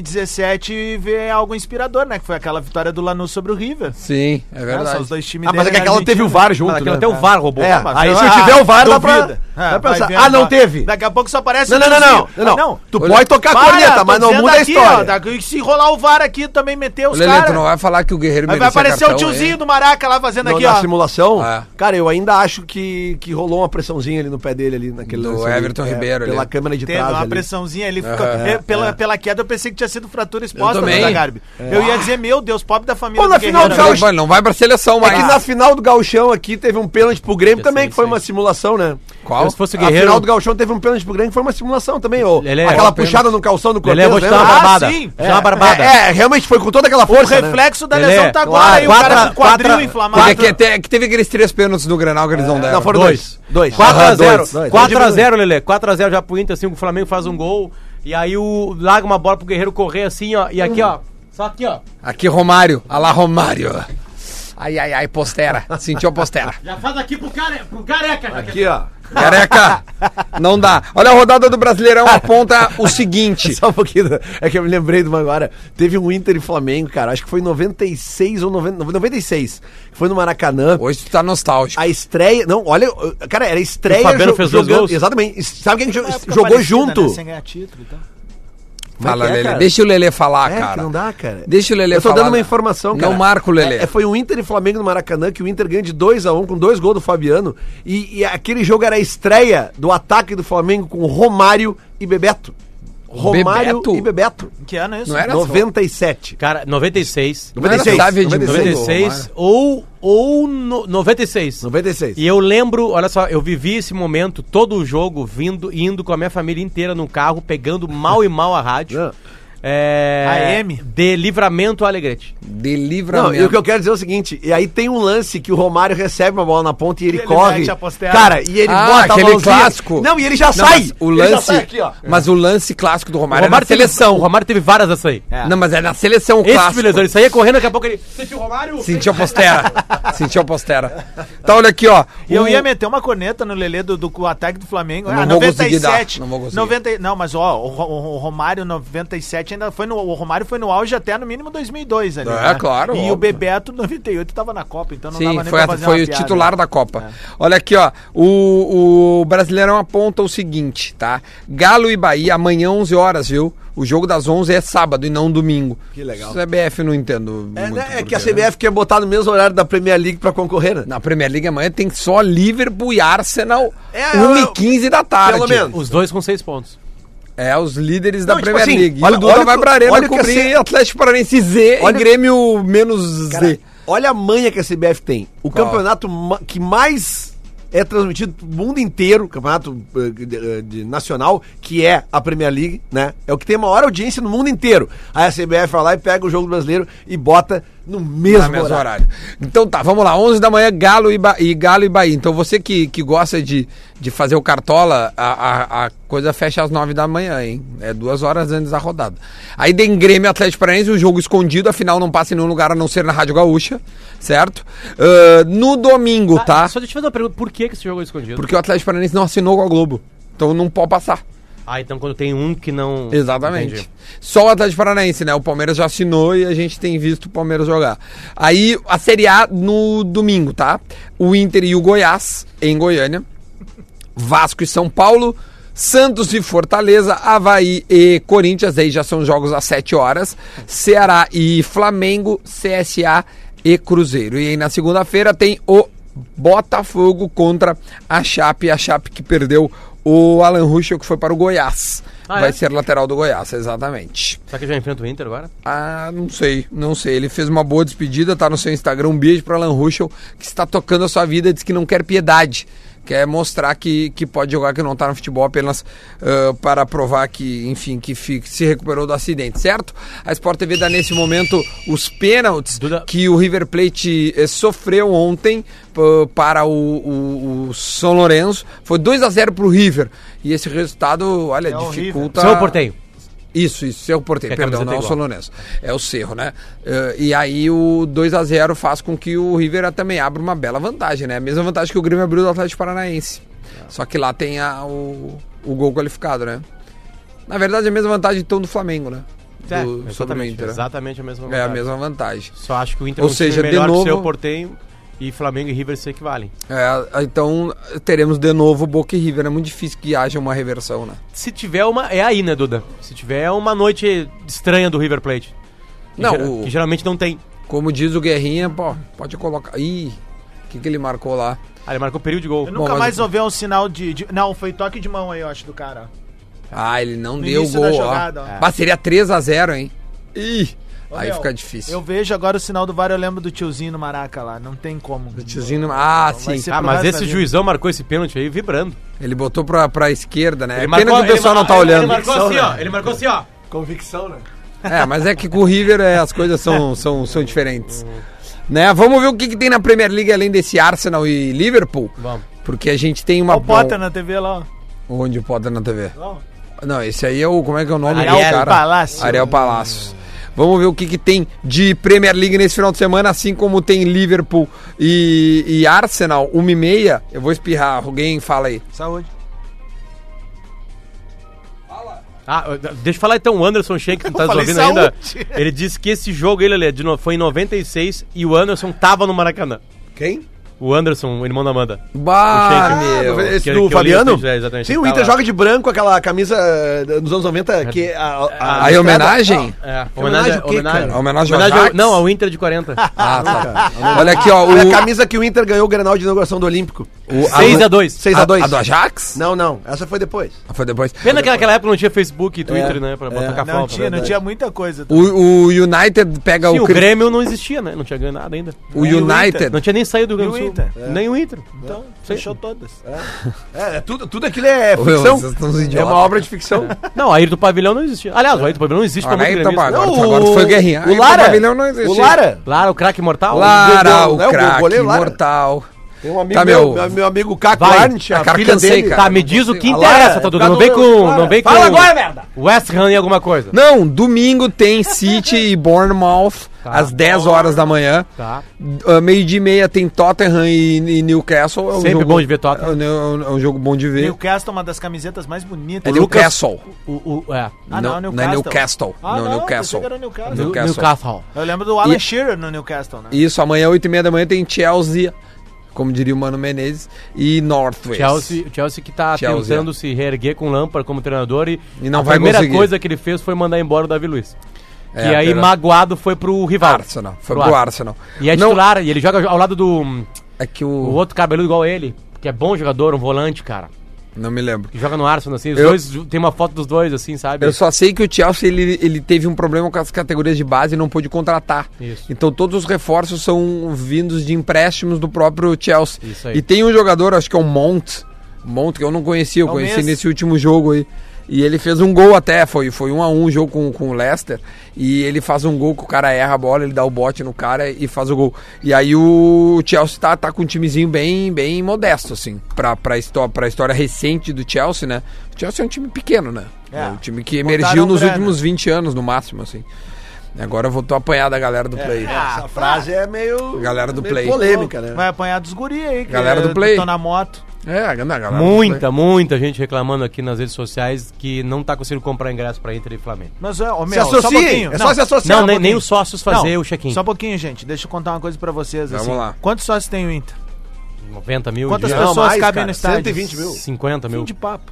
D: 2017 e ver algo inspirador, né? Que foi aquela vitória do Lanús sobre o River.
B: Sim, é
D: Né, só
B: verdade.
D: os dois times
F: Ah, mas é
D: dele
F: que
D: na
F: aquela teve o
D: Argentina.
F: VAR junto.
G: Mas
F: né?
G: aquela até o VAR roubou.
F: É,
G: Mas-
F: aí se tiver o VAR, dá pra,
D: duvida.
F: dá pra
D: Ah, vai
F: pensar.
D: ver,
F: Ah, não
D: vai.
F: teve.
D: Daqui a pouco só aparece.
F: Não, não, não, não, não, não. Tu pode tocar a corneta, mas não muda a história.
D: se rolar o VAR aqui também meter
B: Ô,
D: os
B: Lelê, tu não
D: caras.
B: vai falar que o Guerreiro
D: Aí vai
B: merecia
D: aparecer o
B: cartão,
D: tiozinho
B: hein?
D: do Maraca lá fazendo
F: No-
D: aqui,
F: na
D: ó.
F: simulação,
B: É.
F: cara, eu ainda acho que, que rolou uma pressãozinha ali no pé dele ali naquele
B: Do
F: ali,
B: Everton Ribeiro
F: pela
B: ali.
F: câmera de
D: Teve
F: trás
D: uma
F: ali.
D: pressãozinha ali. ficou-
B: Aham,
D: pe- pela, pela queda, eu pensei que tinha sido fratura exposta,
B: também.
D: Duda Garbi. Eu ia dizer, meu Deus, pobre da família.
F: Pô, na
D: do
F: final
D: Guerreiro,
F: do
B: Não,
D: né?
F: jogo-
B: vai- não vai pra seleção
F: É
B: mais.
F: que na final do Gauchão aqui teve um pênalti pro Grêmio também,
G: sei,
F: que foi
G: sei.
F: uma simulação, né?
B: Qual?
G: Se fosse o
F: A
G: Guerreiro...
F: final do Gauchão teve um pênalti pro Grêmio, que foi uma simulação também, ô.
G: Lelé,
F: aquela
G: ó,
F: puxada no calção do
G: Lelê, eu vou te dar uma
F: lembra?
D: Ah,
G: barbada.
D: sim.
G: Vou te dar uma barbada.
F: É, é, realmente foi com toda aquela
D: O
F: força, né?
D: reflexo da
G: Lelê,
D: lesão tá agora
G: claro,
D: aí, o cara
G: quatro-
D: com o quadril
G: quatro-
D: inflamado.
B: Porque que, te- que teve aqueles três pênaltis no Grenal que eles não deram.
F: É. Não, foram dois. Dois.
G: 4x0.
F: Dois.
G: 4x0, Lelê. 4x0 já pro Inter, assim, o Flamengo faz um gol. E aí o larga uma bola pro Guerreiro correr assim, ó. E aqui, ó. Só aqui, ó.
B: Aqui Romário, alá Romário. Ai, ai, ai, postera. Sentiu a postera.
G: Já faz aqui pro, care... pro careca. né? já.
F: Aqui, ó.
B: Careca, não dá. Olha a rodada do Brasileirão aponta o seguinte.
F: Só um pouquinho. É que eu me lembrei de uma agora. Teve um Inter e Flamengo, cara. Acho que foi em 96 ou 90, 96. que Foi no Maracanã.
B: Hoje tu tá nostálgico.
F: A estreia. Não, olha. Cara, era estreia.
G: O Fabiano fez dois gols.
F: Exatamente. Sabe quem jo-
D: Uma época
F: jogou
D: parecida,
F: junto?
D: né, Sem ganhar título, então.
F: Como é
B: Fala,
F: que é,
B: Lelê.
F: cara?
B: Deixa o Lelê falar,
F: É, que
B: cara.
F: não dá, cara.
B: Deixa o Lelê
F: Eu tô
B: falar,
F: dando uma
B: né?
F: informação,
B: Não
F: cara.
B: marca o Lelê.
F: É, foi o Inter e Flamengo no Maracanã, que o Inter ganha de 2x1 com dois gols do Fabiano. E, e aquele jogo era a estreia do ataque do Flamengo com Romário e Bebeto. Romário
B: Bebeto?
F: e Bebeto.
D: Que ano é isso?
B: Não era só-
F: 97.
G: Cara, 96.
B: Não era
F: 96,
B: Sávio de
F: 96.
G: 96 ou, ou no- 96.
F: 96.
G: E eu lembro, olha só, eu vivi esse momento, todo o jogo, vindo, indo com a minha família inteira no carro, pegando mal e mal a rádio.
F: Não.
G: É,
D: AM?
G: De Livramento a Alegrete.
F: Não,
B: De
F: e o
B: livramento.
F: que eu quero dizer é o seguinte, e aí tem um lance que o Romário recebe uma bola na ponta e ele,
D: Ele
F: corre.
D: mete a postela.
F: Cara, e ele
B: Ah,
F: bota
B: aquele
F: a mãozinha.
B: clássico.
F: Não, e ele já
B: Não,
F: sai.
B: mas o
F: Ele já
B: lance,
F: sai aqui, ó.
B: mas o lance clássico do Romário, é na
G: teve-
B: seleção.
G: o Romário teve várias dessa aí.
B: Não, mas é na seleção o
G: Esse
B: clássico.
G: filho, ele saía correndo, daqui a pouco ele. Sentiu o Romário?
B: Sentiu a postera. Sentiu a postera. Então, olha aqui, ó.
D: E eu
B: O-
D: ia meter uma corneta no Lelê do, do ataque do Flamengo.
B: Não
D: ah,
B: vou conseguir dar,
D: 97.
B: não vou conseguir.
D: 90, não, mas ó, o, Ro- o Romário 97 ainda foi no. O Romário foi no auge até no mínimo 2002 ali. né?
B: É, claro,
D: E
B: óbvio.
D: o Bebeto 98 tava na Copa, então não
B: Sim,
D: dava
B: foi, a-
D: fazer
B: foi
D: uma
B: o
D: piada.
B: titular da Copa.
F: É.
B: Olha aqui, ó. O, o Brasileirão aponta o seguinte, tá? Galo e Bahia, amanhã 11 horas, viu? O jogo das 11 é sábado e não domingo.
F: Que legal.
B: Isso é BF, não entendo.
F: É,
B: muito
F: né, é que a
B: porquê, né?
F: CBF quer botar no mesmo horário da Premier League pra concorrer, né?
B: Na Premier League amanhã tem só Liverpool e Arsenal,
F: É,
B: 1h15 da tarde.
F: Pelo menos.
G: Os dois com seis pontos.
B: É, os líderes da
F: Não, tipo
B: Premier
F: assim,
B: League.
F: olha-
B: e o Duda
F: olha
B: vai
F: que-
B: pra Arena
F: olha que
B: cobrir
F: assim-
B: Atlético Paranaense Z
F: Olha-
B: e Grêmio menos
F: Cara,
B: Z.
F: olha a manha que a CBF tem. O campeonato ma- que mais é transmitido pro mundo inteiro, campeonato eh, de- de- nacional, que é a Premier League, né? É o que tem a maior audiência no mundo inteiro. Aí a CBF vai lá e pega o jogo brasileiro e bota no mesmo,
B: Na mesmo horário. Tá, Então tá, vamos lá, 11 da manhã, Galo e, Ba- e Galo e Bahia. Então você que, que gosta de, de fazer o cartola, a, a- a coisa fecha às 9 da manhã, hein? É duas horas antes da rodada. Aí tem Grêmio e Atlético Paranaense, o jogo escondido, afinal não passa em nenhum lugar a não ser na Rádio Gaúcha, certo? Ah, no domingo, tá?
G: Ah, Só deixa eu fazer uma pergunta: por que, que esse jogo é escondido?
B: Porque o Atlético Paranaense não assinou com a Globo, então não pode passar.
G: Ah, então quando tem um que não.
B: Exatamente.
G: Entendi.
B: Só o Atlético Paranaense, né? O Palmeiras já assinou e a gente tem visto o Palmeiras jogar. Aí a Série A no domingo, tá? O Inter e o Goiás em Goiânia. Vasco e São Paulo, Santos e Fortaleza, Havaí e Corinthians, aí já são jogos às 7 horas, Ceará e Flamengo, CSA e Cruzeiro. E aí na segunda-feira tem o Botafogo contra a Chape, a Chape que perdeu o Alan Ruschel que foi para o Goiás.
G: Ah,
B: Vai
G: é?
B: ser lateral do Goiás, exatamente.
G: Será que já enfrenta o Inter agora?
B: Ah, não sei, não sei. Ele fez uma boa despedida, tá no seu Instagram. Um beijo pra Alan Ruschel, que está tocando a sua vida, diz que não quer piedade. Quer mostrar que, que pode jogar, que não tá no futebol apenas ah, para provar que, enfim, que fi- que se recuperou do acidente, certo? A Sport TV dá nesse momento os pênaltis
G: Duda.
B: que o River Plate eh, sofreu ontem pô, para o, o, o São Lourenço. Foi 2 a 0 pro River. E esse resultado, olha,
D: o River.
B: dificulta.
G: Só o Porteio.
B: Isso, isso, Cerro Porteiro,
G: Que a
B: perdão,
G: camiseta
B: não
G: é
B: é o
G: igual.
B: Solonense. É o Cerro, né? Eh, e aí o 2 a 0 faz com que o River também abra uma bela vantagem, né? A mesma vantagem que o Grêmio abriu do Atlético Paranaense.
G: É.
B: Só que lá tem a- o, o gol qualificado, né? Na verdade, é a mesma vantagem então do Flamengo, né?
G: É,
B: Do- sobre o
G: exatamente,
B: Inter. né?
G: exatamente a mesma
B: É a
G: vantagem.
B: mesma vantagem.
G: Só acho que o Inter
B: Ou
G: é um time
B: seja, de
G: melhor
B: novo-
G: que o seu Porteio e Flamengo e River se equivalem.
B: É, então teremos de novo Boca e River. É muito difícil que haja uma reversão, né?
G: Se tiver uma. É aí, né, Duda? Se tiver uma noite estranha do River Plate. Que
B: Não,
G: gera-
B: o-
G: que geralmente não tem.
B: Como diz o Guerrinha, pô, pode colocar. Ih, o que, que ele marcou lá?
G: Ah, ele marcou período de gol.
D: Eu
B: Bom,
D: nunca
B: mas
D: mais
B: o-
D: ouvi um sinal de, de- Não, foi toque de mão aí, eu acho, do cara.
B: Ah, ele não
D: No
B: deu
D: início
B: gol,
D: da
B: ó.
D: jogada, ó.
B: Mas seria 3x0, hein? Ih,
D: Ô,
B: aí
D: meu,
B: fica difícil.
D: Eu vejo agora o sinal do VAR, eu lembro do tiozinho no Maraca lá. Não tem como.
B: O tiozinho não- Ah,
D: Então vai
B: sim.
D: ser-
G: Ah,
D: pro
G: mas
D: resto da
G: esse
D: vida.
G: juizão marcou esse pênalti aí vibrando.
B: Ele botou pra, pra esquerda, né? É
G: Ele
B: pena
G: marcou-
B: que o pessoal
G: ele
B: não tá
G: mar-
B: olhando.
G: Ele marcou assim, ó. Ele marcou assim, ó.
F: Convicção, né?
B: É, mas é que com o River é, as coisas são, são, são diferentes. Né? Vamos ver o que, que tem na Premier League além desse Arsenal e Liverpool.
G: Vamos.
B: Porque a gente tem uma.
D: Ó o Potter né? na TV lá, ó.
B: Onde o Potter na TV?
D: Não.
B: Não, esse aí é o. Como é que é o nome
G: Ariel
B: do cara?
D: Palacios.
B: Ariel Palácios. Vamos ver o que, que tem de Premier League nesse final de semana, assim como tem Liverpool e, e Arsenal, 1 e meia. Eu vou espirrar, alguém fala aí.
D: Saúde.
G: Ah, eu- deixa eu falar então, o Anderson Schenck, que não tá
D: Eu
G: nos
D: falei
G: ouvindo
D: saúde.
G: ainda. Ele disse que esse jogo, ele, ele é de no- foi em 96 e o Anderson tava no Maracanã.
B: Quem?
G: O Anderson, o irmão da Amanda.
B: Bah, meu.
F: Esse
G: que-
F: do
G: que eu li É o
F: Fabiano?
G: texto, é, exatamente.
F: Sim, o
G: Tá
F: Inter
G: lá.
F: joga de branco aquela camisa eh, dos anos 90 que a, a, a,
B: Aí, homenagem?
G: É,
F: Homenagem ao quê, cara?
B: Homenagem ao Jax?
G: Não, ao Inter de 40.
B: Ah, tá. Olha aqui, ó.
F: É
B: O,
F: a camisa que o Inter ganhou o Grenal de inauguração do Olímpico.
B: o, a-
G: 6x2.
F: 6 a 2.
B: A, a do Ajax?
F: Não, não, essa foi depois.
B: Ah, Foi depois.
G: Pena que naquela época não tinha Facebook e Twitter,
B: É.
G: né? Pra botar com a
D: Não
G: falta.
D: tinha,
G: né?
D: não tinha muita coisa.
B: O, o United pega
G: Sim,
B: o,
G: o
B: Cri-
G: Grêmio não existia, né? Não tinha ganho nada ainda.
B: o
D: e o
B: United.
G: Não tinha nem saído do Rio
D: E o
G: Grande do Sul.
D: Inter?
G: Nem o Inter.
D: Então, fechou todas.
F: É, é tudo, tudo aquilo é
B: Ô,
F: ficção.
B: vocês estão uns
F: é
B: idiotas.
F: uma obra de ficção.
G: Não, a Ayrton Pavilhão não existia.
B: É.
G: Aliás, o Ayrton Pavilhão não existe pra
B: Agora,
G: muito
B: aí,
G: gremista.
B: então, agora,
F: Não,
B: agora tu foi
F: o-
B: guerrinha.
F: o
B: Aí,
F: Lara.
B: pavilhão não existe.
F: o Lara.
G: Claro, o craque mortal.
B: Lara,
F: Gogol, né?
B: o
F: O
B: craque
F: goleiro Lara.
B: imortal.
F: Tem um amigo
B: Tá, meu.
F: meu, meu, meu amigo Caco
G: Vai.
F: Arndt, a
B: Cara,
F: filha
B: cansei,
F: dele.
B: cara. ah,
G: Tá, me diz o que
F: A Lara,
G: interessa, tá, Dudu. Não vem com. Não vem com.
F: Fala agora, merda!
G: West Ham e alguma coisa.
B: Não, domingo tem City e Bournemouth às 10 horas da manhã.
G: Tá.
B: Ah, meio de meia tem Tottenham e, e Newcastle. É um
G: Sempre
B: jogo-
G: bom de ver Tottenham.
B: É um, é um jogo bom de ver.
D: Newcastle é uma das camisetas mais bonitas.
B: é Newcastle.
G: O, o, é.
D: Ah,
B: não,
D: não,
B: não é Newcastle.
D: Newcastle. Ah,
B: não,
D: não,
B: Newcastle.
D: pensei que era Newcastle.
B: New- Newcastle.
G: Newcastle.
D: Eu lembro do Alan
B: E-
D: Shearer no Newcastle, né?
B: Isso, amanhã, 8 e meia da manhã, tem Chelsea, como diria o Mano Menezes, e Northwest.
G: Chelsea, o Chelsea que tá
B: Chelsea. é.
G: tentando se reerguer com o Lampard como treinador e,
B: E não
G: a
B: vai
G: primeira
B: conseguir.
G: coisa que ele fez foi mandar embora o Davi Luiz.
B: É,
G: e aí,
B: pera-
G: magoado, foi pro rival.
B: Arsenal. Foi pro Arsenal.
G: E é
B: Não,
G: titular, e ele joga ao lado do
B: É que
G: o
B: o...
G: outro cabeludo igual ele, que é bom jogador, um volante, cara.
B: Não me lembro.
G: Que joga no Arsenal, assim. Os
B: Eu-
G: dois, tem uma foto dos dois, assim, sabe?
B: Eu só sei que o Chelsea ele, ele teve um problema com as categorias de base e não pôde contratar.
G: Isso.
B: Então todos os reforços são vindos de empréstimos do próprio Chelsea.
G: Isso aí.
B: E tem um jogador, acho que é o Mount, Mount que eu não conhecia, eu
D: É o
B: conheci
D: Messi.
B: nesse último jogo aí. E ele fez um gol até, foi, foi um a um o jogo com, com o Leicester. E ele faz um gol que o cara erra a bola, ele dá o bote no cara e faz o gol. E aí o Chelsea tá, tá com um timezinho bem, bem modesto, assim, pra, pra, histó pra história recente do Chelsea, né? O Chelsea é um time pequeno, né?
D: É.
B: É um time que
D: Botaram
B: emergiu nos
D: grana.
B: últimos 20 anos, no máximo, assim. Agora eu vou tô apanhar da galera do Play.
F: Essa
D: Tá.
F: frase é meio.
B: Galera do
F: meio
B: Play.
F: polêmica, né?
D: é Vai apanhar dos guri aí, que
B: Galera do
D: é-
B: Play.
D: Tô na moto.
B: É, a galera do Play.
G: Muita, muita gente reclamando aqui nas redes sociais que não tá conseguindo comprar ingresso pra Inter e Flamengo.
D: Mas é, ô,
F: Se
D: meu, só um
F: associem,
D: pouquinho.
F: é só se associar.
G: Não, nem,
F: um
G: nem
F: pouquinho.
G: os sócios
D: Não,
G: fazer o check-in.
D: Só um pouquinho, gente. Deixa eu contar uma coisa pra vocês.
B: Vamos
D: assim.
B: lá.
D: Quantos sócios tem o Inter?
G: 90 mil,
D: Quantas
G: dia-
F: Não,
D: pessoas
F: mais,
D: cabem
F: cara,
D: no estádio?
F: 120 mil.
G: 50
D: Fim
G: mil.
D: de papo.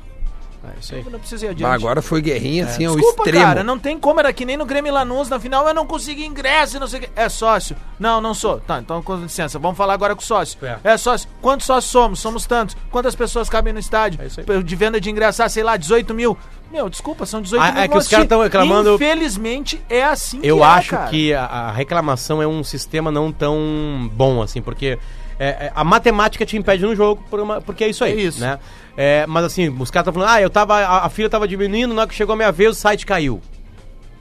G: É, isso aí.
D: Eu não preciso ir
B: Bah,
D: adiante.
B: agora foi guerrinha, assim, ao
D: Desculpa,
B: extremo.
D: cara, não tem como, era que nem no Grêmio Lanús, na final eu não consegui ingresso e não sei o que. É sócio? Não, não sou. Tá, então com licença, vamos falar agora com o sócio.
G: É.
D: É, sócio? Quantos sócios somos? Somos tantos. Quantas pessoas cabem no estádio?
G: É isso aí.
D: P- De venda de ingresso, ah, sei lá, 18 mil. Meu, desculpa, são 18
G: Ah,
D: mil.
G: é que os
D: votos.
G: caras tão reclamando-
D: Infelizmente, é assim
G: Eu
D: que é,
G: acho
D: cara.
G: que a, a reclamação é um sistema não tão bom assim, porque é, é, a matemática te impede no jogo, por uma- porque é isso aí.
D: É isso.
G: Né? É, mas assim, os caras estão falando, ah, eu tava. A, a fila tava diminuindo, na hora que chegou a minha vez, o site caiu.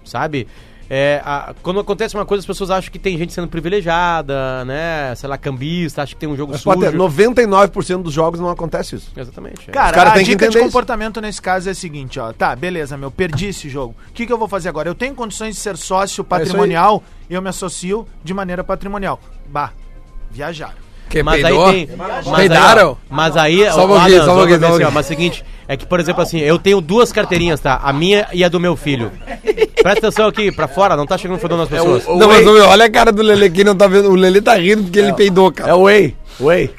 G: Sabe? É, a- quando acontece uma coisa, as pessoas acham que tem gente sendo privilegiada, né? Sei lá, cambista, acha que tem um jogo
F: Mas,
G: sujo.
F: Potter, 99% dos jogos não acontece isso.
G: Exatamente. é.
D: Cara,
F: Os cara
D: a
F: tem que
D: dica de
F: entender isso.
D: comportamento nesse caso é a seguinte, ó. Tá, beleza, meu, perdi esse jogo. O que, que eu vou fazer agora? Eu tenho condições de ser
G: É
D: sócio patrimonial, eu me associo de maneira patrimonial. Bah, viajaram.
B: Que
G: Mas aí
B: peidou?
G: tem. Mas
B: Peidaram?
G: aí, ó, mas aí
B: Só um pouquinho,
G: ó, Adams,
B: só um
G: ô,
B: pouquinho, só um
G: Adams, ó,
B: pouquinho.
G: Mas o seguinte, é que, por exemplo, assim, eu tenho duas carteirinhas, tá? A minha e a do meu filho. Presta atenção aqui, pra fora, não tá chegando fedendo nas
B: É
G: pessoas.
F: o-
B: Não, mas
F: Whey.
B: olha a cara do Lele aqui, não tá vendo. O Lele tá rindo porque ele peidou, cara.
F: É o Way. Way.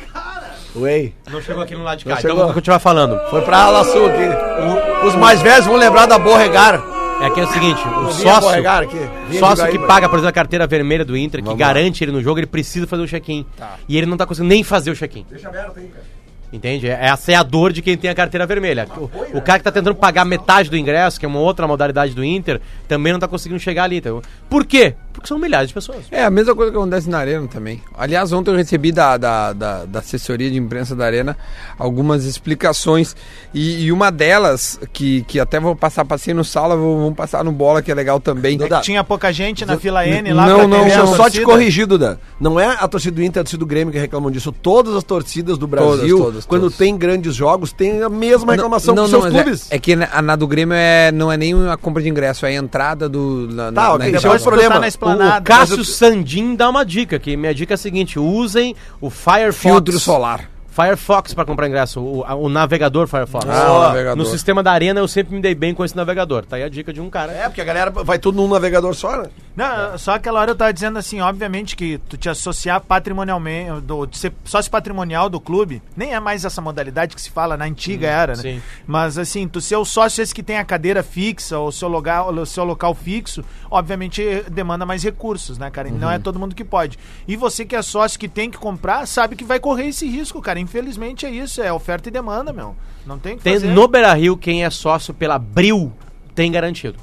F: Way.
G: Não chegou aqui no lado de cá, então
F: chegou.
G: eu vou continuar falando.
F: Foi pra ala sul aqui. Os mais velhos vão lembrar da Borregar.
G: É que é o seguinte, o
F: Vinha
G: sócio.
F: Borregar aqui. Vinha
G: Sócio
F: de
G: que
F: Guaíba.
G: paga, por exemplo, a carteira vermelha do Inter, que garante ele no jogo, ele precisa fazer o check-in. E ele não tá conseguindo nem fazer o check-in. Deixa aberto aí, cara. Entende? É- Essa é a dor de quem tem a carteira vermelha. O, o cara que tá tentando pagar metade do ingresso, que é uma outra modalidade do Inter, também não tá conseguindo chegar ali. Tá? Por quê? Porque são milhares de pessoas.
B: É, a mesma coisa que acontece na Arena também. Aliás, ontem eu recebi da, da, da, da assessoria de imprensa da Arena algumas explicações. E, e uma delas, que, que até vou passar, passei no sala, vou, vou passar no bola, que é legal também.
F: Duda,
D: Tinha pouca gente na fila N lá
B: não,
D: pra
B: não,
D: atender
F: Deixa
D: a
F: eu só te
D: torcida.
F: corrigir, Duda. Não é a torcida do Inter, a torcida do Grêmio que reclamam disso. Todas as torcidas do Brasil,
B: Todas, todas,
F: quando
B: todas.
F: tem grandes jogos, tem a mesma reclamação
B: não,
F: dos
B: não,
F: seus
B: mas é-
F: clubes.
B: É, que na, a na do Grêmio é, não é nem a compra de ingresso, é a entrada do. Na, na-
F: Tá,
B: na
F: ok. Isso é
B: entrada.
F: outro problema.
D: na
G: O,
D: esplanada.
G: o Cássio Sandim dá uma dica, que minha dica é a seguinte: usem o Firefox.
B: Filtro solar.
G: Firefox para comprar ingresso, o, a- o navegador Firefox.
B: Ah, o navegador.
G: No sistema da Arena eu sempre me dei bem com esse navegador. Tá aí a dica de um cara.
F: É, porque a galera vai tudo num navegador só, né?
D: Não, só aquela hora eu tava dizendo assim, obviamente que tu te associar patrimonialmente, do, de ser sócio patrimonial do clube, nem é mais essa modalidade que se fala, na antiga era, né?
G: sim.
D: Mas assim, tu ser o sócio esse que tem a cadeira fixa, ou seu lugar, o seu local fixo, obviamente demanda mais recursos, né, cara? E Não é todo mundo que pode. E você que é sócio que tem que comprar, sabe que vai correr esse risco, cara. Infelizmente é isso, é oferta e demanda, meu. Não tem o que
G: Tem,
D: fazer.
G: no Beira Rio, quem é sócio pela Bril tem garantido.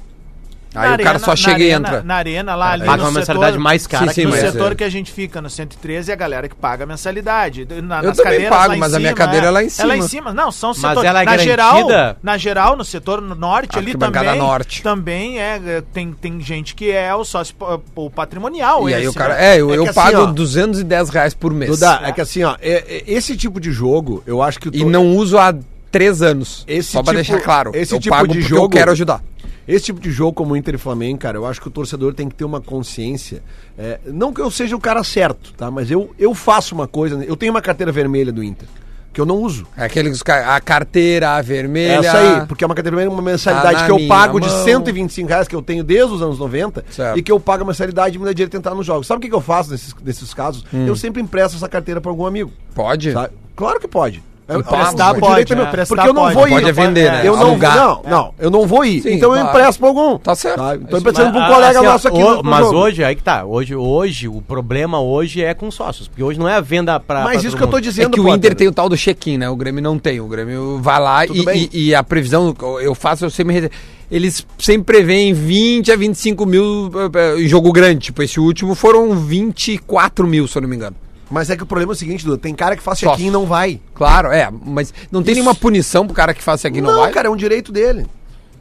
D: Na
B: Aí o cara só
D: na
B: chega e
D: arena-
B: entra.
D: Na arena, lá ali
G: Paga
D: no
G: uma mensalidade
D: setor-
G: mais cara
B: Sim, sim,
G: que
D: no
B: mas- é.
D: setor que a gente fica, no 113, é a galera que paga a mensalidade. Na,
B: Eu
D: nas
B: também
D: cadeiras
B: pago,
D: lá em
B: mas a
D: cima,
B: minha cadeira é lá em
D: É lá em
B: cima.
D: cima. Não, são
G: Mas ela é
D: na geral,
G: garantida?
D: na geral, no setor no- norte ali
B: Arquibancada
D: também.
B: Ah, norte.
D: Também é, é, tem, tem gente que é o sócio pa- o patrimonial.
B: E aí
D: esse,
B: o cara.
D: né?
B: É, eu,
F: É que
B: eu
F: assim,
B: pago
F: ó.
B: 210 reais por mês.
F: Duda, é que assim, ó, é- é- esse tipo de jogo, eu acho que... o
B: E
F: to-
B: não uso há três anos.
F: Esse
B: só pra
F: tipo-
B: deixar claro.
F: esse
B: eu
F: tipo
B: pago
F: de
B: porque eu
F: jogo-
B: quero ajudar.
F: Esse tipo de jogo como Inter e Flamengo, cara, eu acho que o torcedor tem que ter uma consciência. É, não que eu seja o cara certo, tá? Mas eu, eu faço uma coisa, eu tenho uma carteira vermelha do Inter, que eu não uso.
B: É aquele que os ca- a carteira, a vermelha.
F: Essa aí, porque é uma categoria, uma mensalidade
B: Tá na
F: que eu
B: minha
F: pago de
B: mão.
F: 125 reais que eu tenho desde os anos 90
B: Certo.
F: e que eu pago a mensalidade e me dá direito de entrar nos jogos. Sabe o que, que eu faço nesses, nesses casos?
B: Hum.
F: Eu sempre empresto essa carteira para algum amigo.
B: Pode?
F: sabe? Claro que pode. Eu-
B: Emprestar
F: o
D: pode,
F: direito é
D: né?
F: meu,
D: Emprestar
F: Porque eu não
D: pode.
F: vou ir.
B: Pode é vender, né?
F: Eu não,
B: Alugar.
F: não, não, eu não vou ir.
B: Sim,
F: então eu
B: claro.
F: empresto pra algum.
B: Tá certo.
F: Então
B: Isso
F: emprestando pra um
G: Ah,
F: colega
G: assim, ó,
F: nosso aqui.
G: o-
F: no- no
G: mas
F: jogo.
G: hoje, aí que tá. Hoje, hoje, o problema hoje é com sócios. Porque hoje não é a venda pra.
F: Mas
G: pra
F: isso
G: todo
F: que eu tô
G: mundo.
F: dizendo,
B: é que o
F: Potter.
B: Inter tem o tal do check-in, né? O Grêmio não tem. O Grêmio vai lá e,
F: bem.
B: e- e a previsão, eu faço, eu sempre. rece- Eles sempre preveem 20 a 25 mil eh, eh, em jogo grande. Tipo, esse último foram 24 mil, se eu não me engano.
F: Mas é que o problema é o seguinte, Duda, tem cara que faz
B: Sócio.
F: check-in e não vai.
B: Claro, é. Mas não tem
F: Isso.
B: nenhuma punição pro cara que faz check-in não, vai?
F: cara, é um direito dele.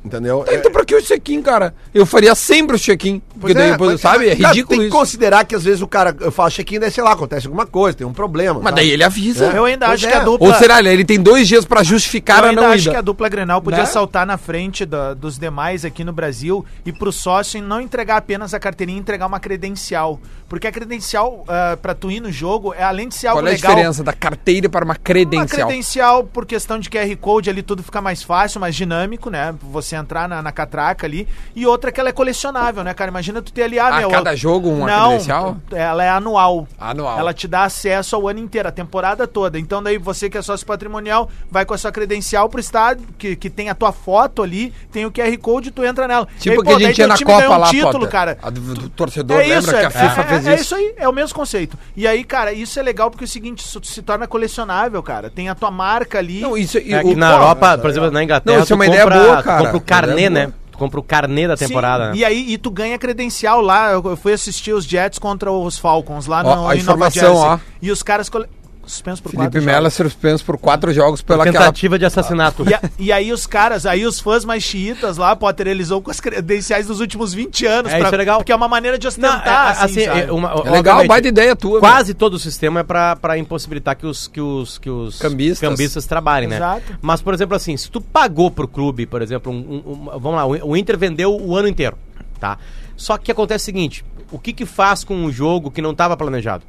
F: Entendeu? É,
B: Tá, então pra que o check-in, cara? Eu faria sempre o check-in. Porque
F: Pois é,
B: daí, depois,
F: mas,
B: sabe? É
F: cara, tem
B: ridículo
F: que
B: isso.
F: considerar que às vezes o cara eh, faz check-in, daí sei lá, acontece alguma coisa, tem um problema.
B: Mas
F: sabe?
B: daí ele avisa.
D: Eu ainda
F: Pois
D: acho
F: é.
D: que a dupla.
B: né? Ou será, ele tem dois dias pra justificar
D: eu
B: a
D: ainda
B: não
D: acho que é
B: ida.
D: a dupla Grenal podia
B: Né?
D: saltar na frente da- dos demais aqui no Brasil e pro sócio não entregar apenas a carteirinha, entregar uma credencial. Porque a credencial, ah, pra tu ir no jogo, é além de ser algo
B: Qual é a
D: legal,
B: diferença da carteira para uma
D: Uma
B: credencial?
D: credencial, por questão de QR Code ali, tudo fica mais fácil, mais dinâmico, né? Você entrar na, na catraca ali. E outra que ela é colecionável, né, cara? Imagina tu ter ali... Ah,
B: A cada jogo uma
D: Não,
B: credencial?
D: ela é anual.
B: Anual.
D: Ela te dá acesso ao ano inteiro, a temporada toda. Então daí você que é sócio patrimonial, vai com a sua credencial pro estádio, que, que tem a tua foto ali, tem o QR Code, tu entra nela. E
B: Tipo
D: aí,
B: o que
D: pô,
B: a
D: daí
B: gente
D: teu
B: ia na
D: time ganhou
B: Copa
D: um
B: lá,
D: título,
B: Potter.
D: cara.
B: A do, do torcedor lembra que a FIFA fez
D: é,
B: isso.
D: é isso aí, é o mesmo conceito. E aí, cara, isso é legal porque é o seguinte, isso se torna colecionável, cara. Tem a tua marca ali.
B: Não, isso e
G: É
B: o-
G: que na
B: pô,
G: Europa, por exemplo, na Inglaterra,
B: Não, isso é
G: tu
B: uma ideia boa, cara.
G: compra o
B: Uma
G: carnê,
B: ideia
G: né?
B: boa.
G: Tu compra o carnê da
D: Sim,
G: temporada. né?
D: E aí, e tu ganha credencial lá. Eu, eu fui assistir os Jets contra os Falcons lá
B: Ó,
D: no,
B: a
D: em Nova
B: informação,
D: Jersey.
B: ó.
D: E os caras cole... suspenso por
B: Felipe
D: quatro
B: Melo é
D: jogos.
B: suspenso por quatro jogos pela aquela
G: Tentativa de assassinato.
D: E, a- e aí os caras, aí os fãs mais chiitas lá, Potter, eles vão com as credenciais dos últimos 20 anos.
G: É, isso é legal.
D: Porque é uma maneira de
G: Não,
D: ostentar,
G: é,
D: assim,
G: assim,
D: sabe?
G: é uma-
B: É legal,
G: obviamente,
B: baita ideia tua.
G: Quase todo o sistema é pra pra impossibilitar que os, que os, que os
B: Cambistas.
G: trabalhem, né?
D: Exato.
G: Mas, por exemplo, assim, se tu pagou pro clube, por exemplo, um- um- um- vamos lá, o Inter vendeu o ano inteiro, tá? Só que acontece o seguinte, o que que faz com um jogo que não estava planejado?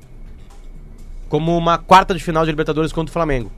G: Como uma quarta de final de Libertadores contra o Flamengo.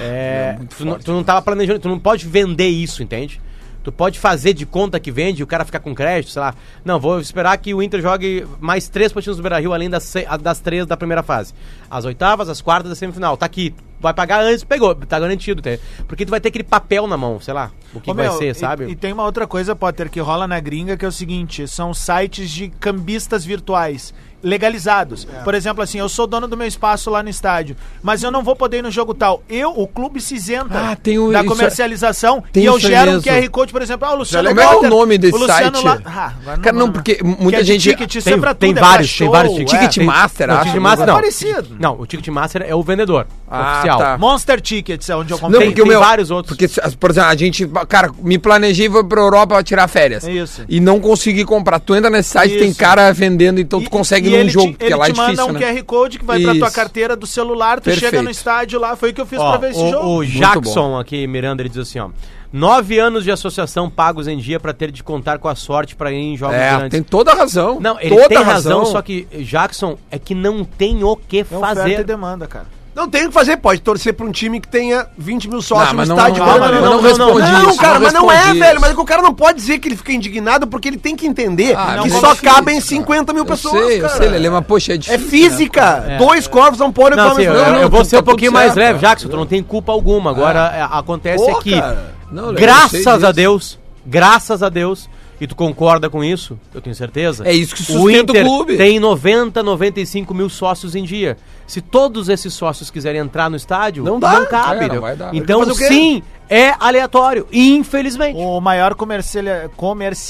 G: É, tu, não- tu não tava planejando, tu não pode vender isso, entende? Tu pode fazer de conta que vende e o cara ficar com crédito, sei lá. Não, vou esperar que o Inter jogue mais três partidas do Beira-Rio, além das, se- das três da primeira fase. As oitavas, as quartas da semifinal. Tá aqui. Vai pagar antes, pegou. Tá garantido. tá? Porque tu vai ter aquele papel na mão, sei lá. O que,
D: Ô,
G: que vai
D: meu,
G: ser,
D: e-
G: sabe?
D: E, tem uma outra coisa, Potter, que rola na gringa, que é o seguinte: são sites de cambistas virtuais legalizados.
B: É.
D: Por exemplo, assim, eu sou dono do meu espaço lá no estádio, mas eu não vou poder ir no jogo tal. Eu, o clube se isenta
B: Ah, tem o-
D: da
B: isso
D: comercialização
B: tem
D: e eu
B: isso
D: gero um
B: mesmo.
D: QR Code, por exemplo, ah, o Luciano
B: legal. Como é que é o
D: Potter,
B: nome desse
D: Luciano
B: site?
D: lá- Ah, agora
B: Cara, não,
D: lembro.
B: porque
D: Que
B: muita
D: é de
B: gente-
D: ticket, isso é pra tudo, é pra show,
B: Ticket
D: é.
B: Master,
G: não,
B: acho.
G: Ticket Master
D: É
G: não.
D: parecido.
G: Não, o Ticket Master é o vendedor
B: Ah,
G: oficial.
B: tá.
D: Monster Tickets é onde eu
B: Não,
D: comprei.
B: porque
G: tem
B: o meu.
G: vários outros.
B: Porque, se- por exemplo, a gente. Cara, me planejei e vou pra Europa tirar férias.
D: É isso.
B: E não consegui comprar. Tu entra nesse site, tem
D: Isso.
B: cara vendendo, então tu consegue num
D: ele
B: jogo,
D: te,
B: porque lá é
D: Ele te manda
B: difícil.
D: um
B: né?
D: QR Code que vai pra tua
B: Isso.
D: carteira do celular, tu chega
B: Perfeito.
D: no estádio lá. Foi o que eu fiz
G: Ó,
D: pra ver esse
G: o,
D: jogo.
G: o Jackson aqui, Miranda, ele diz assim, ó. Nove anos de associação pagos em dia pra ter de contar com a sorte pra ir em jogos
B: É,
G: grandes.
B: tem toda a razão.
G: Não, ele
B: toda
G: tem razão, só que Jackson é que não tem o que
D: É oferta e
G: fazer.
D: demanda, cara.
F: Não tem o que fazer, pode torcer pra um time que tenha 20 mil sócios
B: Não, mas
F: no
B: não,
F: um estádio.
B: não,
F: Não,
B: mas
F: não,
B: não,
F: não,
B: respondi
F: não,
B: isso,
F: cara,
B: não
F: mas não é,
B: respondi
F: velho.
B: isso.
F: Mas o cara não pode dizer que ele fica indignado porque ele tem que entender
B: Ah,
F: que
B: mas
F: só
B: é difícil,
F: cabem
B: cara.
F: 50 mil
B: Eu
F: pessoas.
B: sei, eu
F: cara.
B: sei, Lelê, mas poxa, é
F: É
B: difícil.
F: física. Dois um corpos não podem
G: Não, assim,
F: mesmo
G: eu,
F: lugar.
G: eu
B: não,
G: vou
B: tu
G: ser um
B: tá
G: pouquinho
B: tudo
G: mais
B: certo,
G: leve, Jackson. Tu não tem culpa alguma. Agora, é, acontece
F: Pô,
G: é que,
F: cara.
B: Não, Lelê, eu sei
G: graças
B: disso.
G: a Deus, graças a Deus, e tu concorda com isso, eu tenho certeza.
B: É isso que sustenta o
G: Inter
B: clube.
G: Tem 90, 95 mil sócios em dia. Se todos esses sócios quiserem entrar no estádio,
F: Não dá.
G: não cabe.
B: É, não
G: né?
B: vai dar.
G: Então,
F: Mas o quê?
G: sim, é aleatório, infelizmente.
D: O maior comerciali-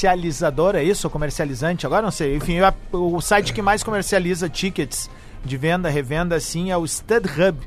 D: comercializador, é isso? Comercializante, agora não sei. Enfim, a- o site que mais comercializa tickets de venda, revenda, assim, é o StubHub.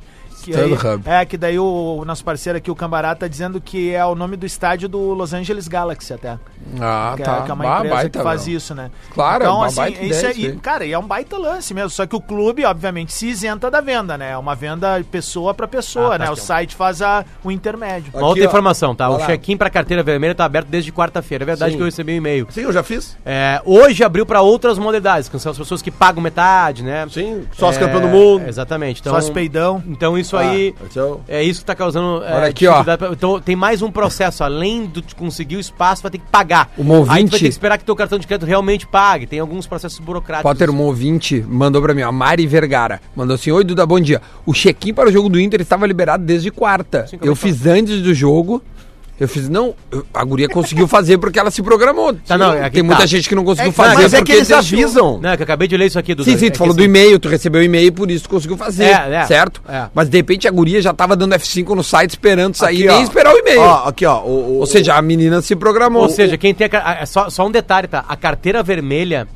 D: Que aí-
F: StubHub.
D: É, que daí o, o nosso parceiro aqui, o Cambará, tá dizendo que é o nome do estádio do Los Angeles Galaxy até.
B: Ah,
D: que, é-
B: tá.
D: que é uma
B: Bah,
D: empresa
B: baita,
D: que faz
B: meu.
D: isso, né?
B: Claro, é
D: então,
B: uma
D: assim,
B: baita
D: isso
B: ideia
D: é,
B: isso aí.
D: cara, e é um baita lance mesmo. Só que o clube, obviamente, se isenta da venda, né? É uma venda pessoa pra pessoa,
G: Ah, tá
D: né? O
G: aqui, ó.
D: site faz a, o intermédio.
G: Uma outra
F: ó.
G: informação, tá?
F: Vai
G: o
F: lá.
G: check-in pra carteira vermelha tá aberto desde quarta-feira. É verdade
F: Sim.
G: que eu recebi um e-mail.
F: Sim, eu já fiz.
G: É, hoje abriu pra outras modalidades, que são as pessoas que pagam metade, né?
F: Sim, sócio
G: É,
F: campeão do mundo.
G: Exatamente. Então,
D: Só os peidão.
G: então isso
F: Ah,
G: aí.
F: então-
G: É isso que tá causando. é,
B: Olha aqui, ó.
G: dificuldade pra- Então tem mais um processo. Além de tu conseguir o espaço, vai ter que pagar.
B: Uma ouvinte-
G: Aí tu vai ter que esperar que teu cartão de crédito realmente pague. Tem alguns processos burocráticos.
B: Potter, um ouvinte, mandou pra mim, a Mari Vergara. Mandou assim: Oi, Duda, bom dia. O check-in para o jogo do Inter estava liberado desde quarta.
G: Sim, como
B: eu
G: é que
B: fiz antes do jogo. Eu fiz, não, eu- a guria conseguiu fazer porque ela se programou.
G: Tá, não, é que
B: Tem
G: tá.
B: muita gente que não conseguiu
G: É que-
B: fazer.
F: Mas é que
B: porque
F: eles
B: deixou-
F: avisam.
G: Não, é que eu acabei de ler isso aqui, Duda.
B: Sim, sim,
G: É
B: tu
G: que
B: falou do
G: assim-
B: e-mail, tu recebeu o e-mail, por isso tu conseguiu fazer,
G: É, é.
B: certo?
G: É.
B: Mas de repente a guria já tava dando F5 no site esperando sair
F: Aqui,
B: nem
F: ó.
B: esperar o e-mail.
F: Ó, aqui, ó. O, o-
B: Ou seja, a menina se programou.
G: Ou seja, quem tem a, car- a- só, só um detalhe, tá? A carteira vermelha,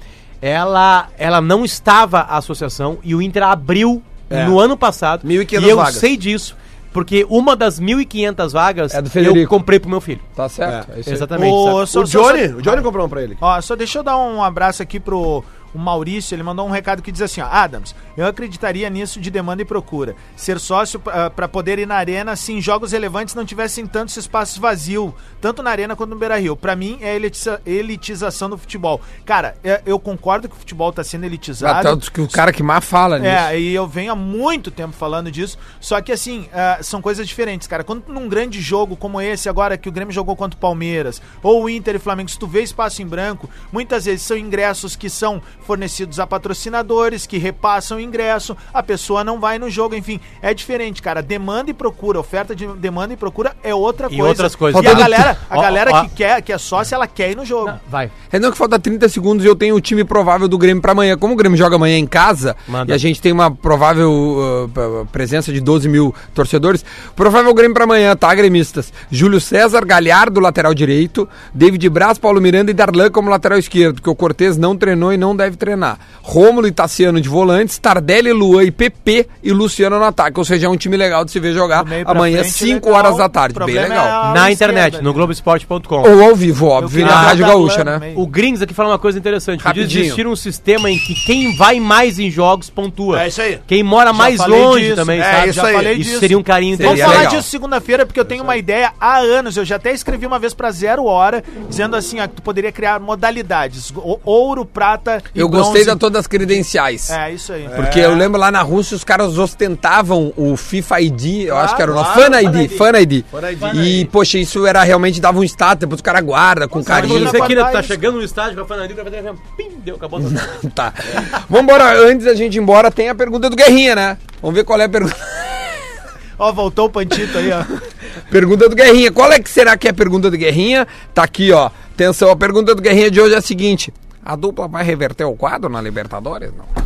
G: ela, ela não estava a associação e o Inter abriu
F: É.
G: no ano passado.
F: 1.500
G: E eu
F: vagas.
G: sei disso, porque uma das 1.500 vagas
B: É do
G: eu
B: Federico.
G: comprei pro meu filho.
B: Tá certo. é isso aí.
G: Exatamente.
D: Ô,
G: sabe?
F: o,
D: só- só-
F: Johnny, o Johnny comprou um pra ele.
D: Ó, só deixa eu dar um abraço aqui pro o Maurício, ele mandou um recado que diz assim, ó, Adams, eu acreditaria nisso de demanda e procura. Ser sócio para poder ir na arena se em jogos relevantes não tivessem tantos espaços vazios, tanto na arena quanto no Beira-Rio. Pra mim é elitiza- elitização do futebol. Cara, é, eu concordo que o futebol tá sendo elitizado.
B: Até o Ah, que o cara que mais fala nisso.
D: É, e eu venho há muito tempo falando disso. Só que assim, ah, são coisas diferentes, cara. Quando num grande jogo como esse agora que o Grêmio jogou contra o Palmeiras, ou o Inter e Flamengo, se tu vê espaço em branco, muitas vezes são ingressos que são fornecidos a patrocinadores, que repassam o ingresso, a pessoa não vai no jogo, enfim, é diferente, cara. Demanda e procura, oferta de demanda e procura é outra
G: E
D: coisa.
G: outras coisas.
D: E a
G: Faltando-
D: galera, a
G: Ó,
D: galera
G: ó.
D: que quer, que é sócia, ela quer ir no jogo.
G: Vai.
B: Renan, É que falta 30 segundos e eu tenho o time provável do Grêmio pra amanhã. Como o Grêmio joga amanhã em casa
G: Manda.
B: e a gente tem uma provável uh, p- presença de 12 mil torcedores, provável Grêmio pra amanhã, tá, gremistas? Júlio César, Galhardo, lateral direito, David Braz, Paulo Miranda e Darlan como lateral esquerdo, porque o Cortez não treinou e não deve treinar. Rômulo e Tassiano de volantes, Tardelli, Luan e PP e Luciano no ataque. Ou seja, é um time legal de se ver jogar
D: Do meio pra
B: amanhã,
D: frente,
B: 5
D: legal.
B: horas da
D: O
B: tarde. Bem
D: problema é
B: legal.
D: a esquerda
G: Na internet,
D: ali.
G: no Globoesporte.com.
B: Ou ao vivo, óbvio,
D: Eu
B: na
D: queria
B: Rádio
D: dar
B: Gaúcha,
D: Darlan
B: né?
D: no meio.
G: Ah, tá. O Grings aqui fala uma coisa interessante. que Diz
B: Rapidinho.
G: existir um sistema em que quem vai mais em jogos pontua.
F: É isso aí.
G: Quem mora mais
D: falei
G: longe
D: disso.
G: também,
D: É,
G: sabe?
F: isso aí.
G: Isso
D: disso.
G: seria um carinho
B: Seria
D: Vamos
B: E é
D: falar
B: legal.
D: disso segunda-feira, porque eu tenho uma ideia há anos. Eu já até escrevi uma vez pra Zero Hora, dizendo assim, ó, que tu poderia criar modalidades. o- Ouro, prata e
B: Eu gostei
D: bronze.
B: da todas as credenciais.
D: Então, assim, É, isso aí.
B: Porque eu lembro lá na Rússia os caras ostentavam o FIFA ID, eu acho que era o nome.
F: claro,
B: Fan ID, Fan ID.
F: Fan ID.
B: E, poxa, isso era realmente dava um status, depois o cara guarda com carinho.
G: Você aqui, né, tá
D: Rapaz.
G: chegando no estádio, vai falando ali, vai fazer assim, pim, deu, acabou.
B: Tá. Vambora, antes da gente ir embora, tem a pergunta do Guerrinha, né? Vamos ver qual é a pergunta.
D: Ó, voltou o Pantito aí, ó.
B: Pergunta do Guerrinha. Qual é que será que é a pergunta do Guerrinha? Tá aqui, ó. Atenção, a pergunta do Guerrinha de hoje é a seguinte: a dupla vai reverter o quadro na Libertadores? Não.